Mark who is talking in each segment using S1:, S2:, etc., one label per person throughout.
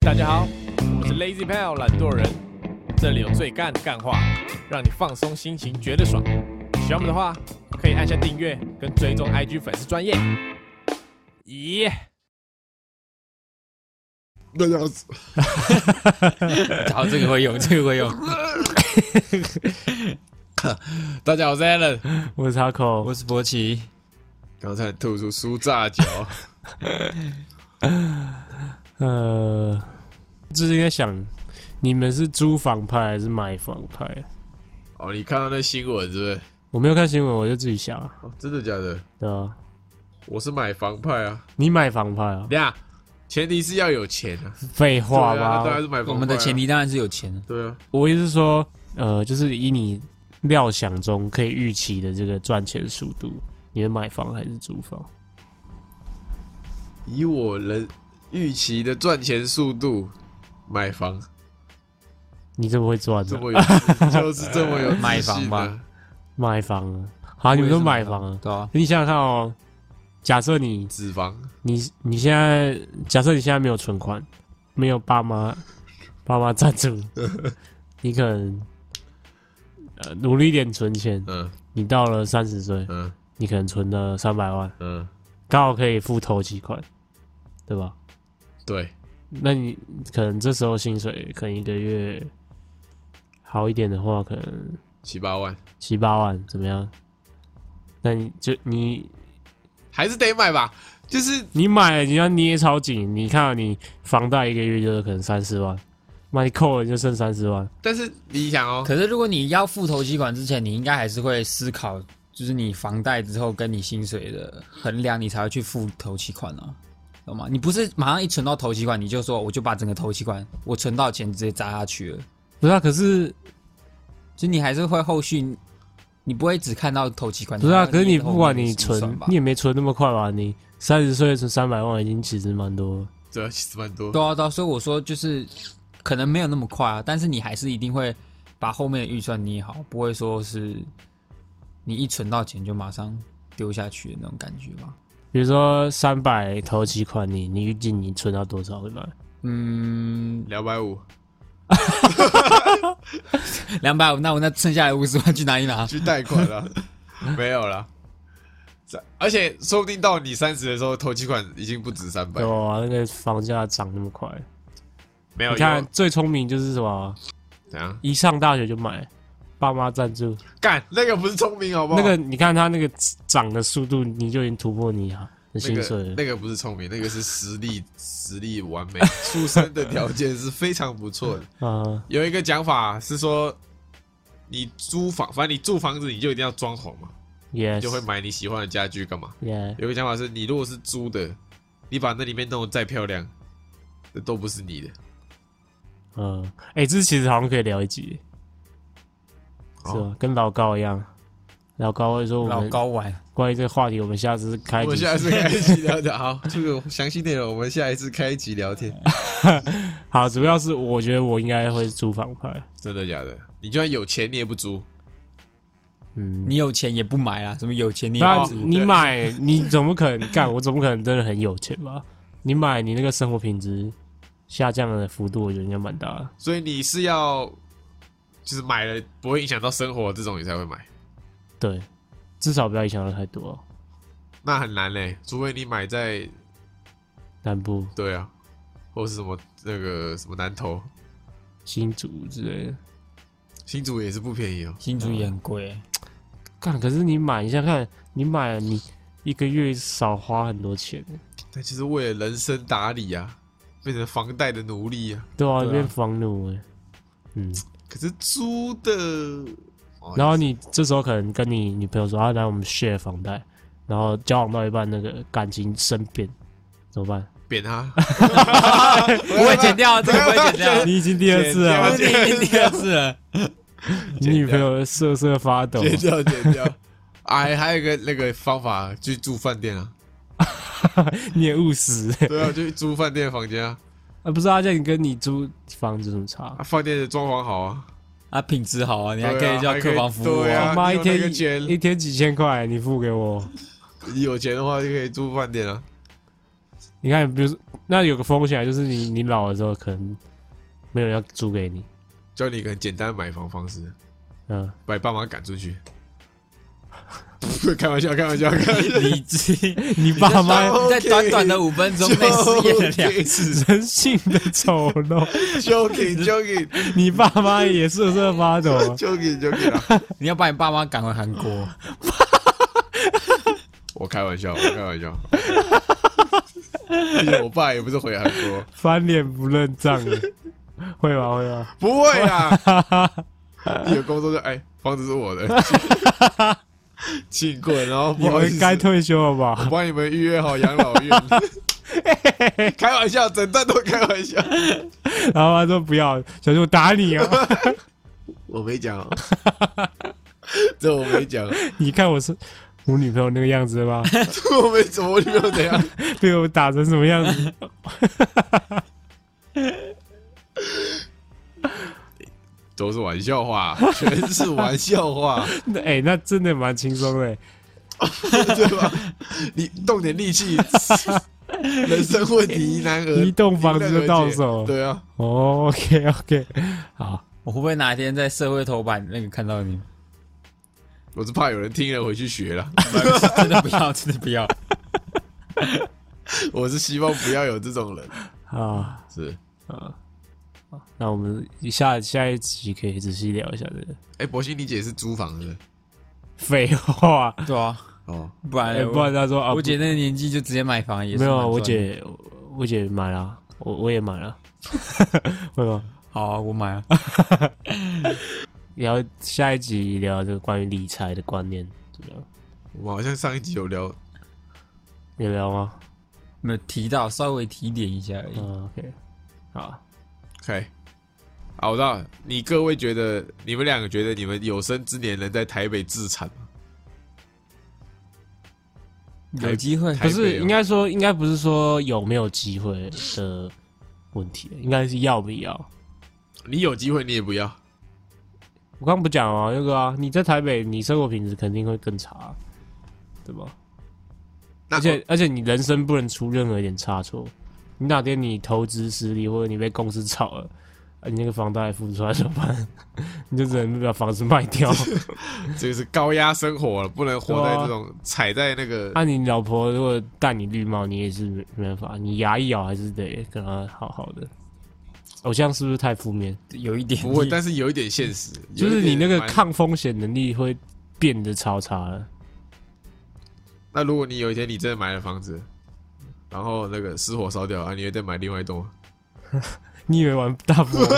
S1: 大家好，
S2: 嗯
S1: 我是 Lazy Pal 懒惰人，这里有最干的干话，让你放松心情，觉得爽。喜欢我们的话，可以按下订阅跟追踪 IG 粉丝专业。咦、
S2: 那样子，
S3: 好，这个会 用，这个会用。大家好，我是 Alan，
S4: 我是 Taco，
S3: 我是博奇。
S2: 刚才吐出酥炸脚，
S4: 呃，最近在想，你们是租房派还是买房派？
S2: 哦，你看到那新闻是不是？
S4: 我没有看新闻，我就自己想啊，
S2: 哦，真的假的？
S4: 对啊，
S2: 我是买房派啊，
S4: 你买房派啊？
S2: 对啊，前提是要有钱啊。对
S4: 废话
S2: 啊，
S4: 吧，
S2: 那当然是买房、
S3: 我们的前，提当然是有钱，
S2: 对啊，
S4: 我意思是说，呃，就是以你料想中可以预期的这个赚钱速度，你会买房还是租房？
S2: 以我人预期的赚钱速度，买 房
S4: 你这么会赚啊
S2: 这
S4: 的、
S2: 么有， 就是这么有自信啊
S3: 买房吧？
S4: 买房啊？好，你们都买房啊？
S3: 对啊，
S4: 你想想看哦，假设你
S2: 脂肪
S4: 你你现在假设你现在没有存款，没有爸妈爸妈赞助，你可能呃努力一点存钱，
S2: 嗯
S4: 你到了三十岁，
S2: 嗯
S4: 你可能存了三百万，
S2: 嗯，
S4: 刚好可以付头期款，对吧？
S2: 对，
S4: 那你可能这时候薪水可能一个月好一点的话，可能
S2: 七八万
S4: 七八万怎么样？那你就你
S2: 还是得买吧，就是
S4: 你买了，你要捏超紧。你看你房贷一个月就是可能三四万，妈你扣了就剩三四万。
S2: 但是你想哦，
S3: 可是如果你要付头期款之前，你应该还是会思考，就是你房贷之后跟你薪水的衡量，你才会去付头期款啊，懂吗？你不是马上一存到头期款，你就说我就把整个头期款我存到钱直接砸下去了，
S4: 不是啊，可是
S3: 就你还是会后续，你不会只看到头期款。
S4: 不是啊，
S3: 还
S4: 可
S3: 有
S4: 是你
S3: 的后
S4: 不管
S3: 面的
S4: 你
S3: 计算
S4: 存
S3: 吧，
S4: 你也没存那么快吧？你三十岁存三百万已经其实蛮多了。
S2: 这其实蛮多，
S3: 对啊，对啊，所以我说就是可能没有那么快啊，但是你还是一定会把后面的预算捏好，不会说是你一存到钱就马上丢下去的那种感觉吧。
S4: 比如说三百头期款你，你预计你存到多少会买？
S3: 嗯，
S2: 两百五
S3: 两百五，那我那剩下来五十万去哪里 拿？
S2: 去贷款了， 没有了。三而且说不定到你三十的时候，头期款已经不止三百哎
S4: 对，啊，那个房价涨那么快，
S2: 没有。
S4: 你看
S2: 有
S4: 最聪明就是什么？
S2: 怎样
S4: 一上大学就买，爸妈赞助。
S2: 干？那个不是聪明好不好？
S4: 那个你看他那个涨的速度，你就已经突破你啊
S2: 那
S4: 的薪水了
S2: 个。那个不是聪明，那个是实力，实力完美， 出生的条件是非常不错 的。
S4: 啊、
S2: 有一个讲法是说，你租房，反正你住房子，你就一定要装潢嘛，
S4: yes，
S2: 你就会买你喜欢的家具干嘛？
S4: Yeah，
S2: 有一个讲法是，你如果是租的，你把那里面弄得再漂亮，那都不是你的。
S4: 嗯，哎、这其实好像可以聊一集，
S2: 哦
S4: 是吧？跟老高一样，老高会说我
S3: 老
S4: 们
S3: 高玩，
S4: 关于这个话题，我们下次开
S2: 我们
S4: 集
S2: 下。次开一集聊的好，这个详细内容我们下一次开一集聊天。
S4: 好，主要是我觉得我应该会租房派，
S2: 真的假的？你就算有钱，你也不租。
S4: 嗯，
S3: 你有钱也不买啊？什么有钱你也
S4: 那
S3: 不
S2: 租
S4: 你买，你怎么可能干？我怎么可能真的很有钱吧？你买，你那个生活品质下降的幅度，我觉得应该蛮大的。
S2: 所以你是要就是买了不会影响到生活这种，你才会买。
S4: 对，至少不要影响的太多。
S2: 那很难嘞，除非你买在
S4: 南部、
S2: 对啊，或是什么那个什么南投、
S4: 新竹之类的，
S2: 新竹也是不便宜哦。
S3: 新竹也很贵，
S4: 干，可是你买，你想想看，你买了，你一个月少花很多钱，欸
S2: 但其实为了人生打理啊，变成房贷的奴隶啊。
S4: 对啊，
S3: 对啊
S4: 变房奴哎、嗯，
S2: 可是租的，哦
S4: 然后你这时候可能跟你女朋友说啊，来我们 share 房贷，然后交往到一半那个感情生变，怎么 办？
S2: 扁他，
S3: 不会剪
S1: 啊
S3: 掉，啊这个不会 剪掉，
S4: 你已经第二次了，
S3: 这啊个已经第二次了。
S4: 你女朋友瑟瑟发抖，
S2: 剪掉，剪掉。 哎，还有一个那个方法，去住饭店啊。
S4: 你也务实、
S2: 对啊，就租饭店房间啊，
S4: 啊，不是啊，这样你跟你租房子有什么差
S2: 啊？饭店的装潢好啊，
S3: 啊，品质好啊，你还可
S2: 对啊
S3: 以叫
S2: 还可以
S3: 客房服务
S2: 对啊
S4: 他妈
S2: 你
S4: 一
S2: 有
S4: 天
S2: 那个
S4: 一
S2: 钱
S4: 一天几千块，你付给我，
S2: 你有钱的话就可以住饭店啊。
S4: 你看，比如说那有个风险啊就是你你老了之后可能没有人要租给你，
S2: 教你一个很简单的买房方式，
S4: 嗯，
S2: 把你爸妈赶出去。 开玩笑，开玩笑，开玩笑。
S3: 理智，
S4: 你爸妈
S2: 妈
S3: 在短短的五分钟内失业了 两次，
S4: 人性的丑陋，
S2: joking，joking，joking，joking
S4: 你爸妈也瑟瑟发抖啊。
S2: 啦。
S3: 你要把你爸妈赶回韩国，
S2: 我开玩笑，我开玩笑。而且我爸也不是回韩国，
S4: 翻脸不认 账了，会吗？会吗？
S2: 不会啦。 一有工作就哎，房子是我的， 请滚，然后
S4: 你
S2: 不好意
S4: 们
S2: 思，
S4: 该退休了吧？
S2: 我帮你们预约好养老 院。开玩笑，整段都开玩笑。
S4: 然后他说不要，小心我打你 啊！
S2: 我没讲 哦，这我没讲，
S4: 你看我是我女朋友那个样子 吧，
S2: 这我没怎么，我女朋友怎样？
S4: 被我打成什么样 子？
S2: 都是玩笑话，全是玩笑话，
S4: 那哎、那真的蛮轻松的、
S2: 对吧？你动点力气，人生问题迎 难而
S4: 一栋房子就到手
S2: 迎刃而解对啊，
S4: o k OK，好，
S3: 我会不会哪一天在社会头版那个看到你？
S2: 我是怕有人听了回去学 了，
S3: 真的不要，真的不要。
S2: 我是希望不要有这种人。
S4: 啊，
S2: 是，
S4: 那我们下下一集可以仔细聊一下这个。
S2: 哎，博鑫，你姐是租房的
S4: 废话，
S3: 对啊，
S2: 哦，
S3: 不然
S4: 哎、
S3: 嘞、
S4: 不然他说啊，
S3: 我我姐那个年纪就直接买房也
S4: 不
S3: 是
S4: 没有啊，
S3: 蛮赚的
S4: 我姐我姐买了啊，我我也买 了， 会吗？
S3: 好啊、我买啊。
S4: 聊下一集聊这个关于理财的观念，怎么样？
S2: 我们好像上一集有聊，
S4: 有聊吗？
S3: 没有提到，稍微提点一下而已。
S4: 嗯，OK，好，
S2: OK，啊，我知道，你各位觉得你们两个觉得你们有生之年能在台北自产吗？
S3: 有机会
S2: 台
S4: 不
S2: 北
S4: 是
S2: 哦
S4: 应该说，应该不是说有没有机会的问题，应该是要不要。
S2: 你有机会你也不要，
S4: 我刚不讲啊，那个啊，你在台北，你生活品质肯定会更差，啊对吧？
S2: 那
S4: 而且而且你人生不能出任何一点差错，你哪天你投资失利，或者你被公司炒了，啊你那个房贷还付不出来怎么办？ 你就只能把房子卖掉。
S2: 这个是高压生活了，不能活在这种踩在那个。
S4: 那、啊你老婆如果戴你绿帽，你也是没没办法，你牙一咬还是得跟她好好的。偶像是不是太负面？
S3: 有一点
S2: 不会，但是有一点现实，
S4: 就是你那
S2: 有一
S4: 个
S2: 点蛮。
S4: 抗风险能力会变得超差了。
S2: 那如果你有一天你真的买了房子，然后那个失火烧掉啊，你会再买另外一栋吗
S4: 你以为玩大富翁？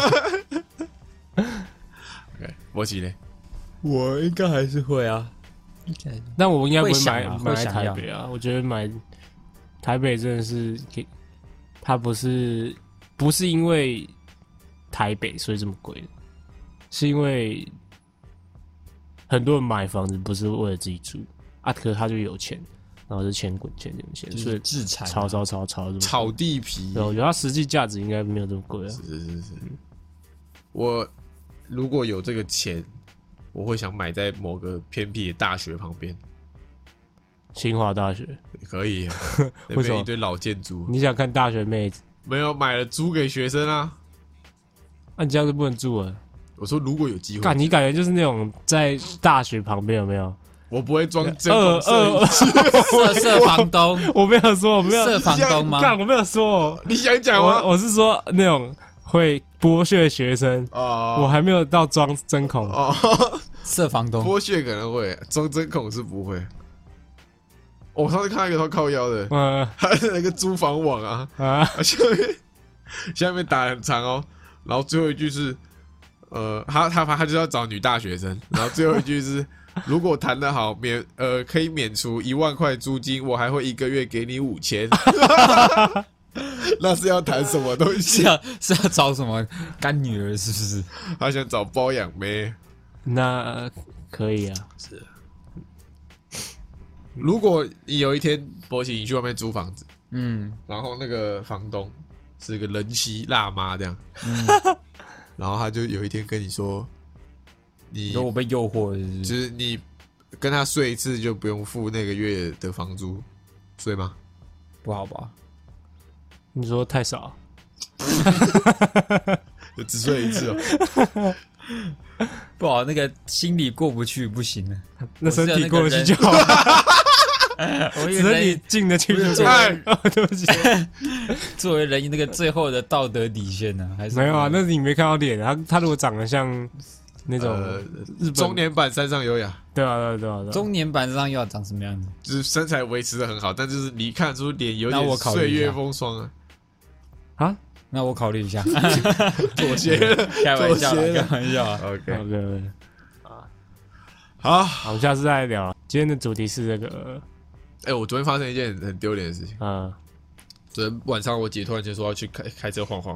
S2: ？OK，摩奇
S4: 嗯
S2: 嘞，
S3: 我应该还是会啊。
S4: 但我应该不
S3: 会
S4: 会
S3: 想
S4: 买
S3: 啊
S4: 买
S3: 会
S4: 在
S3: 想
S4: 台
S3: 要
S4: 北啊，我觉得买台北真的是给，它不是不是因为台北所以这么贵，是因为很多人买房子不是为了自己住啊，可是他就有钱，然后就钱滚钱滚钱，
S3: 就
S4: 所
S3: 是啊
S4: 以
S3: 制裁
S4: 炒炒炒炒这么贵
S2: 草地皮
S4: 对，我觉啊得它实际价值应该没有这么贵啊。
S2: 是是是，我如果有这个钱，我会想买在某个偏僻的大学旁边，
S4: 清华大学，
S2: 可以啊，那
S4: 为什
S2: 边
S4: 么
S2: 一堆老建筑，
S4: 你想看大学妹子，
S2: 没有买了租给学生啊。
S4: 啊那、你这样就不能住了。
S2: 我说如果有机会
S4: 感，你感觉就是那种在大学旁边有没有？
S2: 我不会装针
S4: 二
S2: 孔摄影
S4: 二，
S3: 社社房东，
S4: 我没有说，我没有
S3: 社房东吗？
S4: 干，我没有说，
S2: 你想讲
S4: 我
S2: 吗？
S4: 我是说那种会剥削学生，我
S2: 哦
S4: 还没有到装针孔。
S2: 哦，
S3: 社房东，
S2: 剥削可能会，装针孔是不会。哦我上次看到一个超靠腰的，
S4: 嗯
S2: 他是那个租房网啊，
S4: 啊，
S2: 啊， 下面下面打得很长哦，然后最后一句是，呃，他他他就是要找女大学生，然后最后一句是， 如果谈得好，免呃可以免除一万块租金，我还会一个月给你五千。 那是要谈什么东
S3: 是啊
S2: 西？
S3: 要是要找什么干女儿是不是？
S2: 他想找包养妹。
S4: 那可以啊，
S2: 如果你有一天博奇你去外面租房子，
S3: 嗯，
S2: 然后那个房东是个人妻辣妈这样，
S3: 嗯
S2: 然后他就有一天跟你说，你
S3: 如果我被诱惑了是不是？
S2: 就是你跟他睡一次就不用付那个月的房租，睡吗？
S3: 不好吧？
S4: 你说太少，
S2: 就只睡一次 哦。
S3: 不好，那个心里过不去，不行啊了。
S4: 那
S3: 是有
S4: 身
S3: 那个
S4: 体过得去就好了，
S3: 我 以
S4: 只是
S3: 为
S4: 你
S3: 人
S4: 进得去就
S3: 不是
S4: 好。
S2: 哎，
S4: 哦， 对不起，
S3: 作为人那个最后的道德底线呢、还是
S4: 没有啊，那是你没看到脸。他他如果长得像那种
S2: 呃
S4: 日本，
S2: 中年版山上优雅，
S4: 对啊对啊对啊，对啊
S3: 中年版上又要长什么样子？
S2: 就是身材维持的很好，但就是你看出脸有
S3: 那
S2: 点
S3: 我考虑一下
S2: 岁月风霜 啊，
S4: 啊
S3: 那我考虑一下，
S2: 妥协了。
S3: 嗯开玩笑
S2: 妥协
S3: 啦，
S2: 了
S3: 开玩笑啊。
S2: OK，
S4: ，OK OK，
S2: 好，
S4: 好，我们下次再聊。今天的主题是这个，
S2: 哎，我昨天发生一件很丢脸的事情。
S4: 呃，
S2: 昨天晚上我姐突然间说要去开开车晃晃，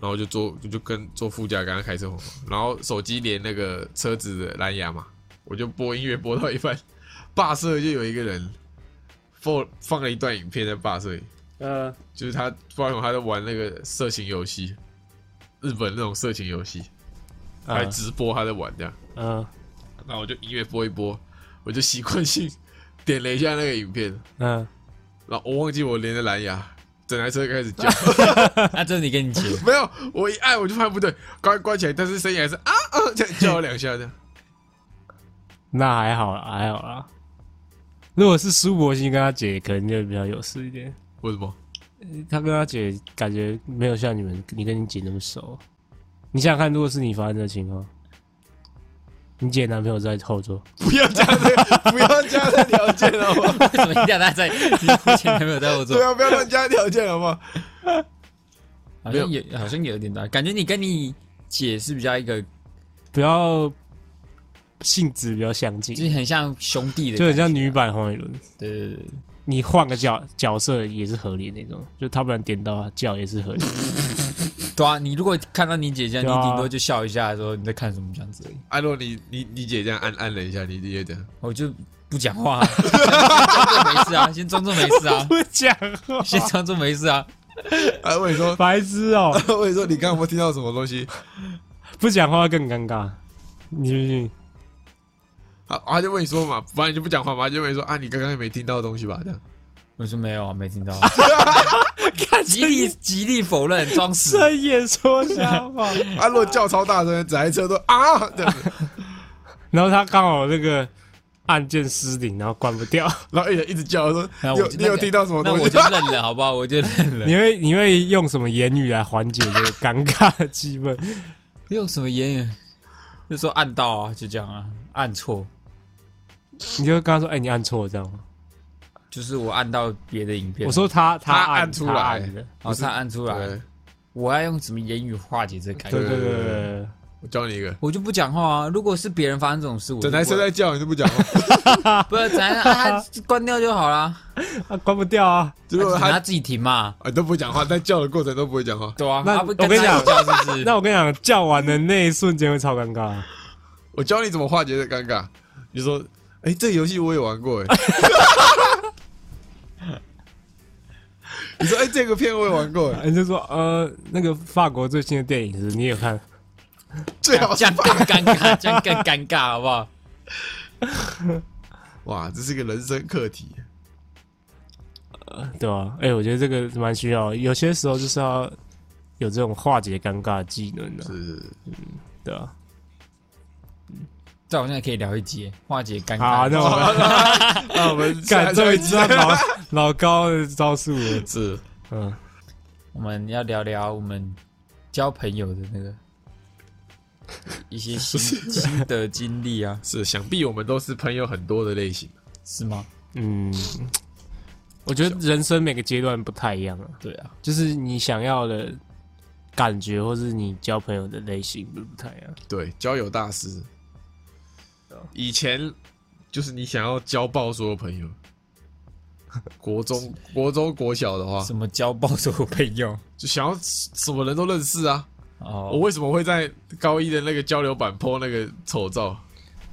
S2: 然后我就坐就就跟坐副驾跟她开车晃晃，然后手机连那个车子的蓝牙嘛，我就播音乐播到一半，霸社就有一个人放放了一段影片在霸社里，
S4: 呃，
S2: 就是他不知道为什么他在玩那个色情游戏，日本那种色情游戏，还
S4: 呃，
S2: 直播他在玩这样，
S4: 呃，
S2: 那我就音乐播一播，我就习惯性 点了一下那个影片，
S4: 呃，
S2: 然后我忘记我连了蓝牙，整台车开始叫。
S3: 那这是你跟你姐，
S2: 没有，我一按我就发现不对，关关起来，但是声音还是啊啊，这样叫了两下这样。
S4: 那还好啦，还好啦。如果是苏博兴跟他姐，可能就比较有事一点。
S2: 为什么？
S4: 他跟他姐感觉没有像你们，你跟你姐那么熟。你想想看，如果是你发生的情况，你姐男朋友在后座，
S2: 不要加 这个，不要加这条件好不好？
S3: 为什么一定要她在？你之前有没有在我做
S2: 对？啊，不要乱加条件好不好？
S3: 好像有，好像有点大，感觉你跟你姐是比较一个，
S4: 不要性质比较相近，
S3: 就是很像兄弟的
S4: 就
S3: 感
S4: 很
S3: 觉，
S4: 像女版黄伟伦。
S3: 对对对对，
S4: 你换个角角色也是合理的那种，就他不然点到叫也是合理。
S3: 对啊，你如果看到你姐这样，
S4: 对啊
S3: 你顶多就笑一下，说你在看什么这样子而已，
S2: 安若，你你你姐这样按按了一下，你你也这样，
S3: 我就不讲话、啊，先装作没 事啊，先装作没事
S4: 不
S3: 啊，
S4: 讲话，
S3: 先装作没事啊，
S2: 啊，我跟你 说，
S4: 白痴哦、
S2: 我跟你说，你刚刚有没有听到什么东西？
S4: 不讲话更尴尬，你信不信？
S2: 啊，他就问你说嘛，反正你就不讲话嘛，他就问你说啊，你刚刚也没听到东西吧？这样，
S3: 我说没有啊，没听 到啊，极力极力否认，装死，
S4: 这也说瞎话。
S2: 安若啊叫超大声，整台车都啊这样 子，
S4: 然后他刚好那个按键失灵，然后关不掉。
S2: 然后一直一直叫说，
S3: 那
S2: 你
S3: 我
S2: 有
S3: 就
S2: 你有
S3: 那个
S2: 听到什么
S3: 那
S2: 东
S3: 我
S2: 西
S3: 就？ 认了，好不好？我就认了。
S4: 你会你会用什么言语来缓解这个尴尬的气氛？
S3: 用什么言语？就说按到啊，就这样啊，按错，
S4: 你就跟他说：“哎、你按错了，这样吗
S3: 就是我按到别的影？”片。
S4: 我，说他他
S2: 他按
S4: 按
S2: 出
S4: 他
S2: 来
S4: 按的，
S3: 哦，他按出来，
S2: 对，
S3: 我要用什么言语化解这个尴
S4: 对
S3: 尬？
S4: 对对对对。
S2: 我教你一个，
S3: 我就不讲话啊。如果是别人发生这种事，我就
S2: 整台车
S3: 不会
S2: 在叫，你都不讲话。
S3: 不是整台车啊，他关掉就好啦。
S4: 啊，关不掉啊！
S2: 结果
S3: 他
S2: 他
S3: 自己停嘛，
S2: 啊，都不讲话，在叫的过程都不会讲话。
S3: 对啊。
S4: 那
S3: 他不
S4: 我跟你
S3: 他
S4: 讲
S3: 有叫是 不是？
S4: 那我跟你讲，叫完的那一瞬间会超尴尬。
S2: 我教你怎么化解这尴尬，你就说，哎、这个游戏我也玩过，哎， 你说，哎、这个片我也玩过，哎，
S4: 你就说，呃，那个法国最新的电影是不是你也看？
S2: 最好
S3: 这
S2: 是
S3: 样更尴尬，这样更尴尬，好不好？
S2: 哇，这是一个人生课题，啊
S4: 对啊，哎、我觉得这个蛮需要，有些时候就是要有这种化解尴尬的技能的、
S2: 是是是
S4: 对啊。
S3: 这好像也可以聊一集化解尴
S4: 好，
S3: 尬。
S4: 那我们
S2: 那我 们
S4: 敢终于知道
S2: 了，
S4: 老 老高的招数了。
S2: 是
S4: 嗯，
S3: 我们要聊聊我们交朋友的 那个一些心心得经历啊，
S2: 是，想必我们都是朋友很多的类型，
S3: 是吗？
S4: 嗯，我觉得人生每个阶段不太一样啊，
S3: 对啊，
S4: 就是你想要的感觉，或是你交朋友的类型都不太一样。
S2: 对，交友大师，以前就是你想要交爆所有朋友。国中、国中、国小的话，
S3: 什么交爆所有朋友
S2: 就想要什么人都认识啊！我
S3: 哦，
S2: 为什么会在高一的那个交流版 po 那个丑照？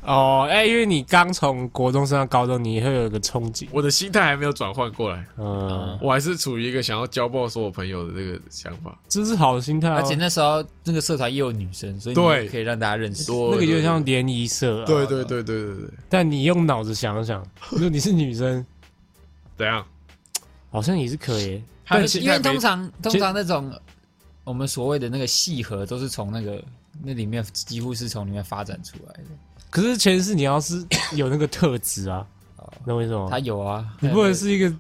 S4: 哦，哎、因为你刚从国中升到高中，你会有一个憧憬，
S2: 我的心态还没有转换过来，
S4: 嗯，
S2: 我还是处于一个想要交爆所有朋友的这个想法。
S4: 这是好心态、哦。
S3: 而且那时候那个社团也有女生，所以
S2: 对
S3: 你可以让大家认识。
S2: 多
S4: 那个就像联谊社、啊，
S2: 对对对对对对，
S4: 但你用脑子想想，如果你是女生，
S2: 怎样？
S4: 好像也是可以。
S2: 他的
S3: 对
S2: 心
S3: 因为
S2: 态
S3: 通
S2: 没
S3: 常通
S2: 其实
S3: 常那种我们所谓的那个戏核都是从那个那里面几乎是从里面发展出来的。
S4: 可是前提是你要是 有那个特质啊，懂我意思
S2: 哦
S4: 吗
S3: 他？有啊，
S4: 你不能是一个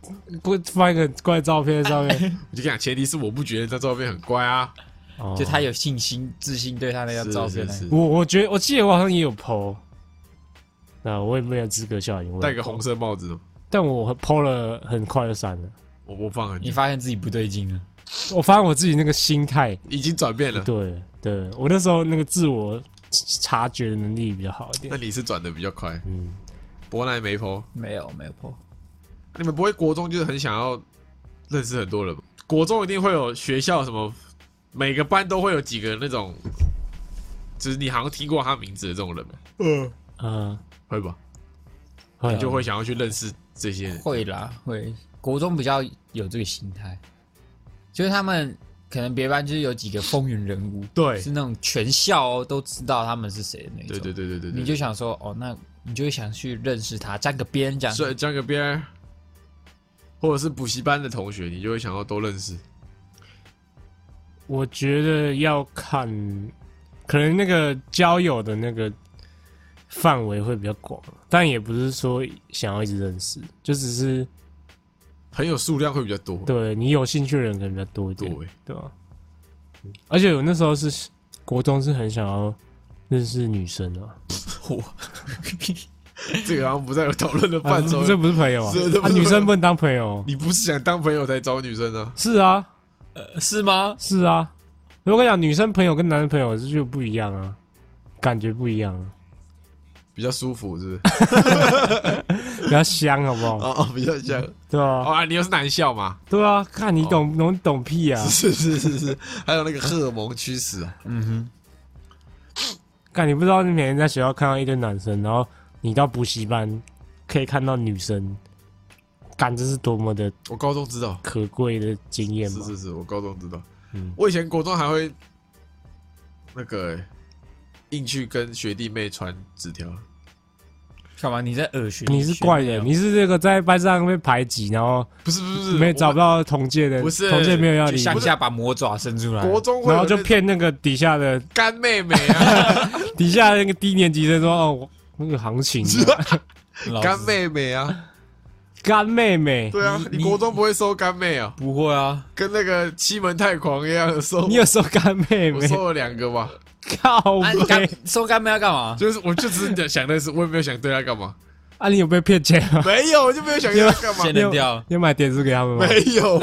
S4: 不放一个怪照片在 上面，
S2: 我就跟你讲，前提是我不觉得这照片很乖啊。
S4: 哦
S3: 就他有信心、自信对他
S4: 哎
S3: 那张照片啊来
S2: 是是是
S4: 我我觉得我记得我好像也有 PO，那我也没有资格笑你。我也
S2: 戴个
S4: po
S2: 红，色帽子哦，
S4: 但我 PO 了很快就删了。
S2: 我我放很
S3: 你
S2: 久，
S3: 发现自己不对劲了，
S4: 我发现我自己那个心态，
S2: 已经转变了。
S4: 对对，我那时候那个自我察觉的能力比较好一
S2: 那
S4: 点。
S2: 你是转的比较快，
S4: 嗯，
S2: 伯南没剖。
S3: 没有没有破，
S2: 你们不会国中就是很想要认识很多人吗？国中一定会有学校什么，每个班都会有几个那种，就是你好像听过他名字的这种人吧，
S4: 呃，
S2: 会吧？
S4: 后来
S2: 你就会想要去认识这些人。
S3: 会啦会。国中比较有这个心态，就是他们可能别班就是有几个风云人物，
S2: 对
S3: 是那种全校哦都知道他们是谁的那种。
S2: 对对对对对对，
S3: 你就想说哦，那你就会想去认识他，沾个边这样。
S2: 所以江个边儿，或者是补习班的同学，你就会想要都认识。
S4: 我觉得要看，可能那个交友的那个范围会比较广，但也不是说想要一直认识，就只是
S2: 朋友数量会比较多，欸
S4: 对你有兴趣的人可能比较多一
S2: 对
S4: 点，对吧、嗯而且我那时候是国中是很想要认识女生的、啊，
S2: 这个好像不在我讨论的
S4: 啊
S2: 范 畴。
S4: 这不是朋友啊
S2: 是这，不
S4: 啊
S2: 是
S4: 女
S2: 朋
S4: 生
S2: 友
S4: 不能当朋友，
S2: 你不是想当朋友才找女生啊？
S4: 是啊，
S3: 是吗？
S4: 是啊，如果讲女生朋友跟男生朋友这就不一样啊，感觉不一样、啊，
S2: 比较舒服是不是？
S4: 比较香，好不好？
S2: 哦哦，比较像。
S4: 对
S2: 哦
S4: 啊，
S2: 啊，你又是男校嘛？
S4: 对啊，看你懂懂懂屁啊！
S2: 是是是是，还有那个荷尔蒙驱使啊。
S3: 嗯
S4: 看你不知道，你每天在学校看到一堆男生，然后你到补习班可以看到女生，感这是多么的
S2: 我高中知道，
S4: 可贵的经验
S2: 是
S4: 嘛！
S2: 是是，我高中知道。
S4: 嗯
S2: 我以前国中还会那个、欸、硬去跟学弟妹传纸条，
S3: 哼，干嘛？你在耳学？
S4: 你是怪人，你是这个在班上被排挤，然后
S2: 不是不是不是，
S4: 没
S2: 我
S4: 找不到同届的，
S2: 不是
S4: 同届没有要理
S3: 就
S4: 你，
S3: 向下把魔爪伸出来。
S2: 国中会有
S4: 然后就
S2: 那
S4: 骗那个底下的
S2: 干妹妹 啊，
S4: 底下那个低年级生说：“哦，我那个行情啊、
S3: 老
S2: 干
S3: 子
S2: 妹妹啊，
S4: 干妹妹，
S2: 对啊，
S3: 你
S2: 你国中不会收干妹啊，
S3: 不 会啊，
S2: 跟那个七门太狂一样收
S4: 你，有收干妹
S2: 我
S4: 妹？
S2: 收了两个吧，
S4: 靠
S3: 啊
S4: 背
S3: 你干收干妹要干嘛？
S2: 就是我就只是想认识，我也没有想对他干嘛，
S4: 啊！你有被骗钱吗？
S2: 没有，我就没有想对他干嘛
S3: 先，
S4: 你有
S3: 扔掉，
S4: 你有买点数给他们吗？
S2: 没有，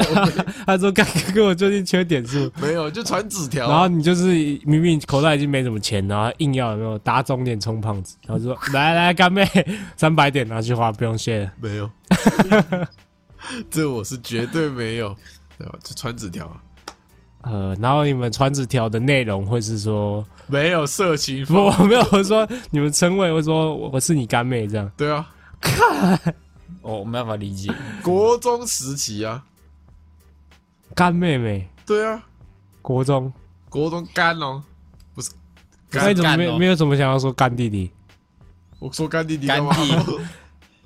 S4: 他说：“干哥哥，我最近缺点数。
S2: 没有，就传纸”条
S4: 然
S2: 啊
S4: 后，你就是明明口袋已经没什么钱，然后硬要有没有打肿脸充胖子，然后就说：“来来，干妹，三百点拿去花，不用谢了。
S2: 没 有，这我是绝对没有，对吧？就传纸条啊，”
S4: 呃，然后你们传纸条的内容会是说，
S2: 没有色情
S4: 不， 我没有我说你们称谓会说我我是你干妹这样。
S2: 对啊，
S3: 哦，我没办法理解。
S2: 国中时期啊，
S4: 干妹妹，
S2: 对啊，
S4: 国中，
S2: 国中干哦，不是
S4: 那你
S2: 干，
S4: 怎么
S3: 干
S4: 没
S3: 哦
S4: 没有怎么想要说干弟弟？
S2: 我说干弟弟干
S3: 干
S2: 嘛？
S3: 弟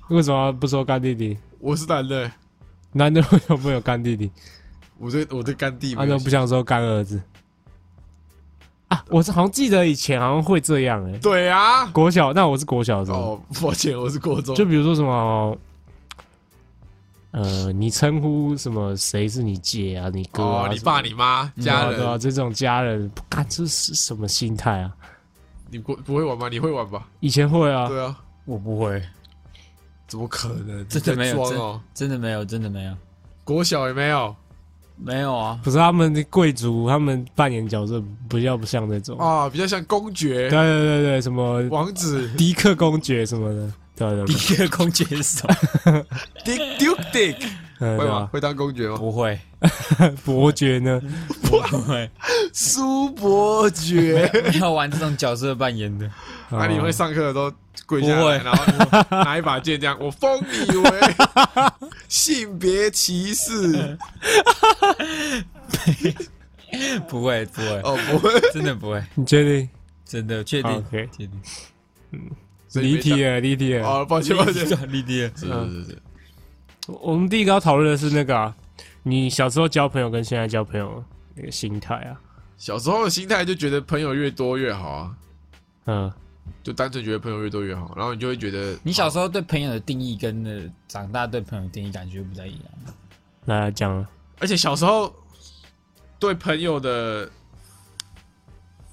S4: 为什么不说干弟弟？
S2: 我是男的欸，
S4: 男的为什么没有干弟 弟？
S2: 我对我对干弟
S4: 他
S2: 没
S4: 都
S2: 有
S4: 啊不想说干儿子啊！我是好像记得以前好像会这样哎、
S2: 对啊，
S4: 国小，那我是国小的时候，
S2: 哦，抱歉，我是国中，哦
S4: 嗯就比如说什么，呃，你称呼什么谁是你姐啊，你哥
S2: 哦
S4: 啊，，
S2: 你爸你妈
S4: 什么的
S2: 家
S4: 对啊对啊，
S2: 人，
S4: 这种家人，看这是什么心态啊？
S2: 你不不会玩吗？你会玩吧？
S4: 以前会啊，
S2: 对啊，
S3: 我不会，
S2: 怎么可 能？
S3: 真的没有
S2: 你在装哦，
S3: 真的没有，真的没有，
S2: 国小也没有
S3: 没有啊。
S4: 不是他们贵族，他们扮演角色比较不像那种，
S2: 啊，比较像公
S4: 对
S2: 爵、
S4: 啊对对对，什么
S2: 王子
S4: 迪克公爵什么的，对啊对啊对啊
S3: 一个空姐是什么？
S2: ，Dick Duke Dick，
S4: 嗯
S2: 会
S4: 对
S2: 吗？
S4: 啊，
S2: 会当公爵吗？
S3: 不会，
S4: 伯爵呢？
S2: 嗯
S3: 不会，
S2: 苏伯 爵，
S3: 没有玩这种角色扮演的。
S2: 那你
S4: 哦
S2: 会上课的时候跪下
S3: 不
S2: 来，
S3: 会
S2: 然后拿一把剑这样，我封你 为性别歧视。
S3: 不会，不会，
S2: 哦，不会，
S3: 真的不会，
S4: 你确定？哦
S3: 真的确定
S4: OK
S3: 确定。
S2: 所以
S4: 离
S2: 没讲哦
S4: 题了，离题了。
S2: 哦，抱歉抱歉，
S3: 立爹，
S2: 是是是，
S4: 我们第一个要讨论的是那个啊、你小时候交朋友跟现在交朋友那个心态啊，
S2: 小时候的心态就觉得朋友越多越好啊，
S4: 嗯，
S2: 就单纯觉得朋友越多越好，然后你就会觉得
S3: 你小时候对朋友的定义跟呃长大对朋友的定义感觉不太一样。
S4: 那讲了
S2: 而且小时候对朋友的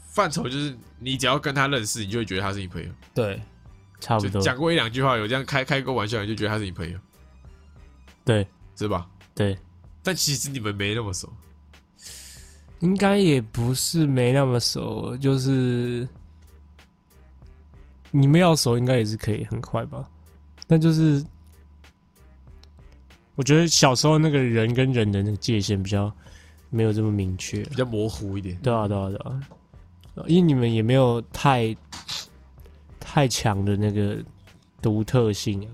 S2: 范畴就是，你只要跟他认识，你就会觉得他是你朋友。
S3: 对，
S4: 差不
S2: 就
S4: 多，
S2: 讲过一两句话，有这样开开个玩笑，你就觉得他是你朋友，
S4: 对
S2: 是吧？
S4: 对，
S2: 但其实你们没那么熟，
S4: 应该也不是没那么熟，就是你们要熟，应该也是可以很快吧。但就是我觉得小时候那个人跟人的那个界限比较没有这么明确，
S2: 比较模糊一点。
S4: 对啊，对啊，对啊，因为你们也没有太太强的那个独特性啊，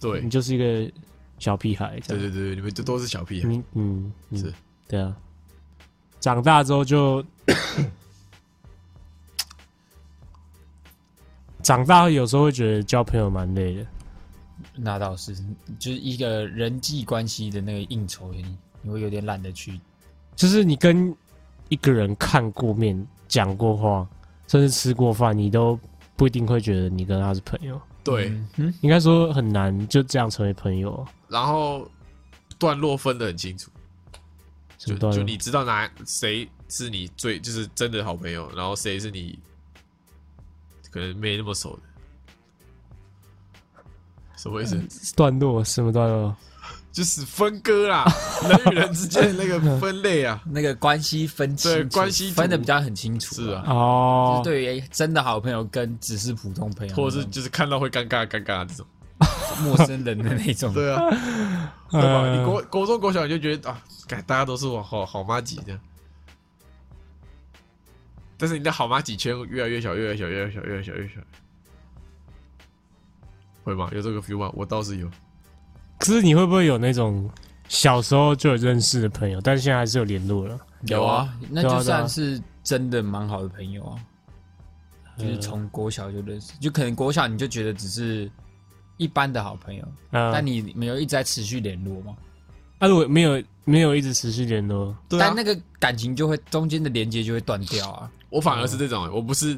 S2: 对
S4: 你，就是一个小屁孩这
S2: 对
S4: 样。
S2: 对对，你们就都是小屁孩。
S4: 你嗯，嗯
S2: 是，
S4: 对啊。长大之后就 长大有时候会觉得交朋友蛮累的，
S3: 那倒是，就是一个人际关系的那个应酬，你你会有点懒得去。
S4: 就是你跟一个人看过面、讲过话，甚至吃过饭，你都不一定会觉得你跟他是朋友。
S2: 对，
S3: 嗯，嗯，
S4: 应该说很难就这样成为朋友啊。
S2: 然后段落分得很清楚，
S4: 什
S2: 就
S4: 么段
S2: 就
S4: 落
S2: 你知道哪谁是你最就是真的好朋友，然后谁是你可能没那么熟的。什么意
S4: 嗯
S2: 思？
S4: 段落什么段落？
S2: 就是分割 啦，人与人之间的那个分类啊，
S3: 那个关系分清
S2: 对
S3: 楚
S2: 关系图
S3: 分的比较很清
S4: 嗯
S3: 楚、
S2: 是啊，
S3: 就
S4: 哦
S3: 是，对于真的好朋友跟只是普通朋友，
S2: 或者是就是看到会尴尬尴尬这种。
S3: 陌生人的 那
S4: 嗯
S3: 种。
S2: 对啊，
S4: 哎
S2: 对
S4: 呃
S2: 吧？你国国中国小你就觉得啊，感大家都是我好好妈几这样，但是你的好妈几圈越来越小，越来越小，越来越小，越来越小，越来越小。会吗？有这个 feel 吗？我倒是有。
S4: 可是你会不会有那种小时候就有认识的朋友，但是现在还是有联络了？
S3: 有啊，那
S4: 对啊
S3: 就算是真的蛮好的朋友啊，
S2: 呃
S3: 就是从国小就认识，就可能国小你就觉得只是一般的好朋友，
S4: 嗯，
S3: 但你没有一直在持续联络嘛，
S4: 啊，如果没有没有一直持续联络，
S2: 对
S1: 啊
S3: 但那个感情就会中间的连接就会断掉啊。
S2: 我反而是这
S4: 嗯
S2: 种、我不是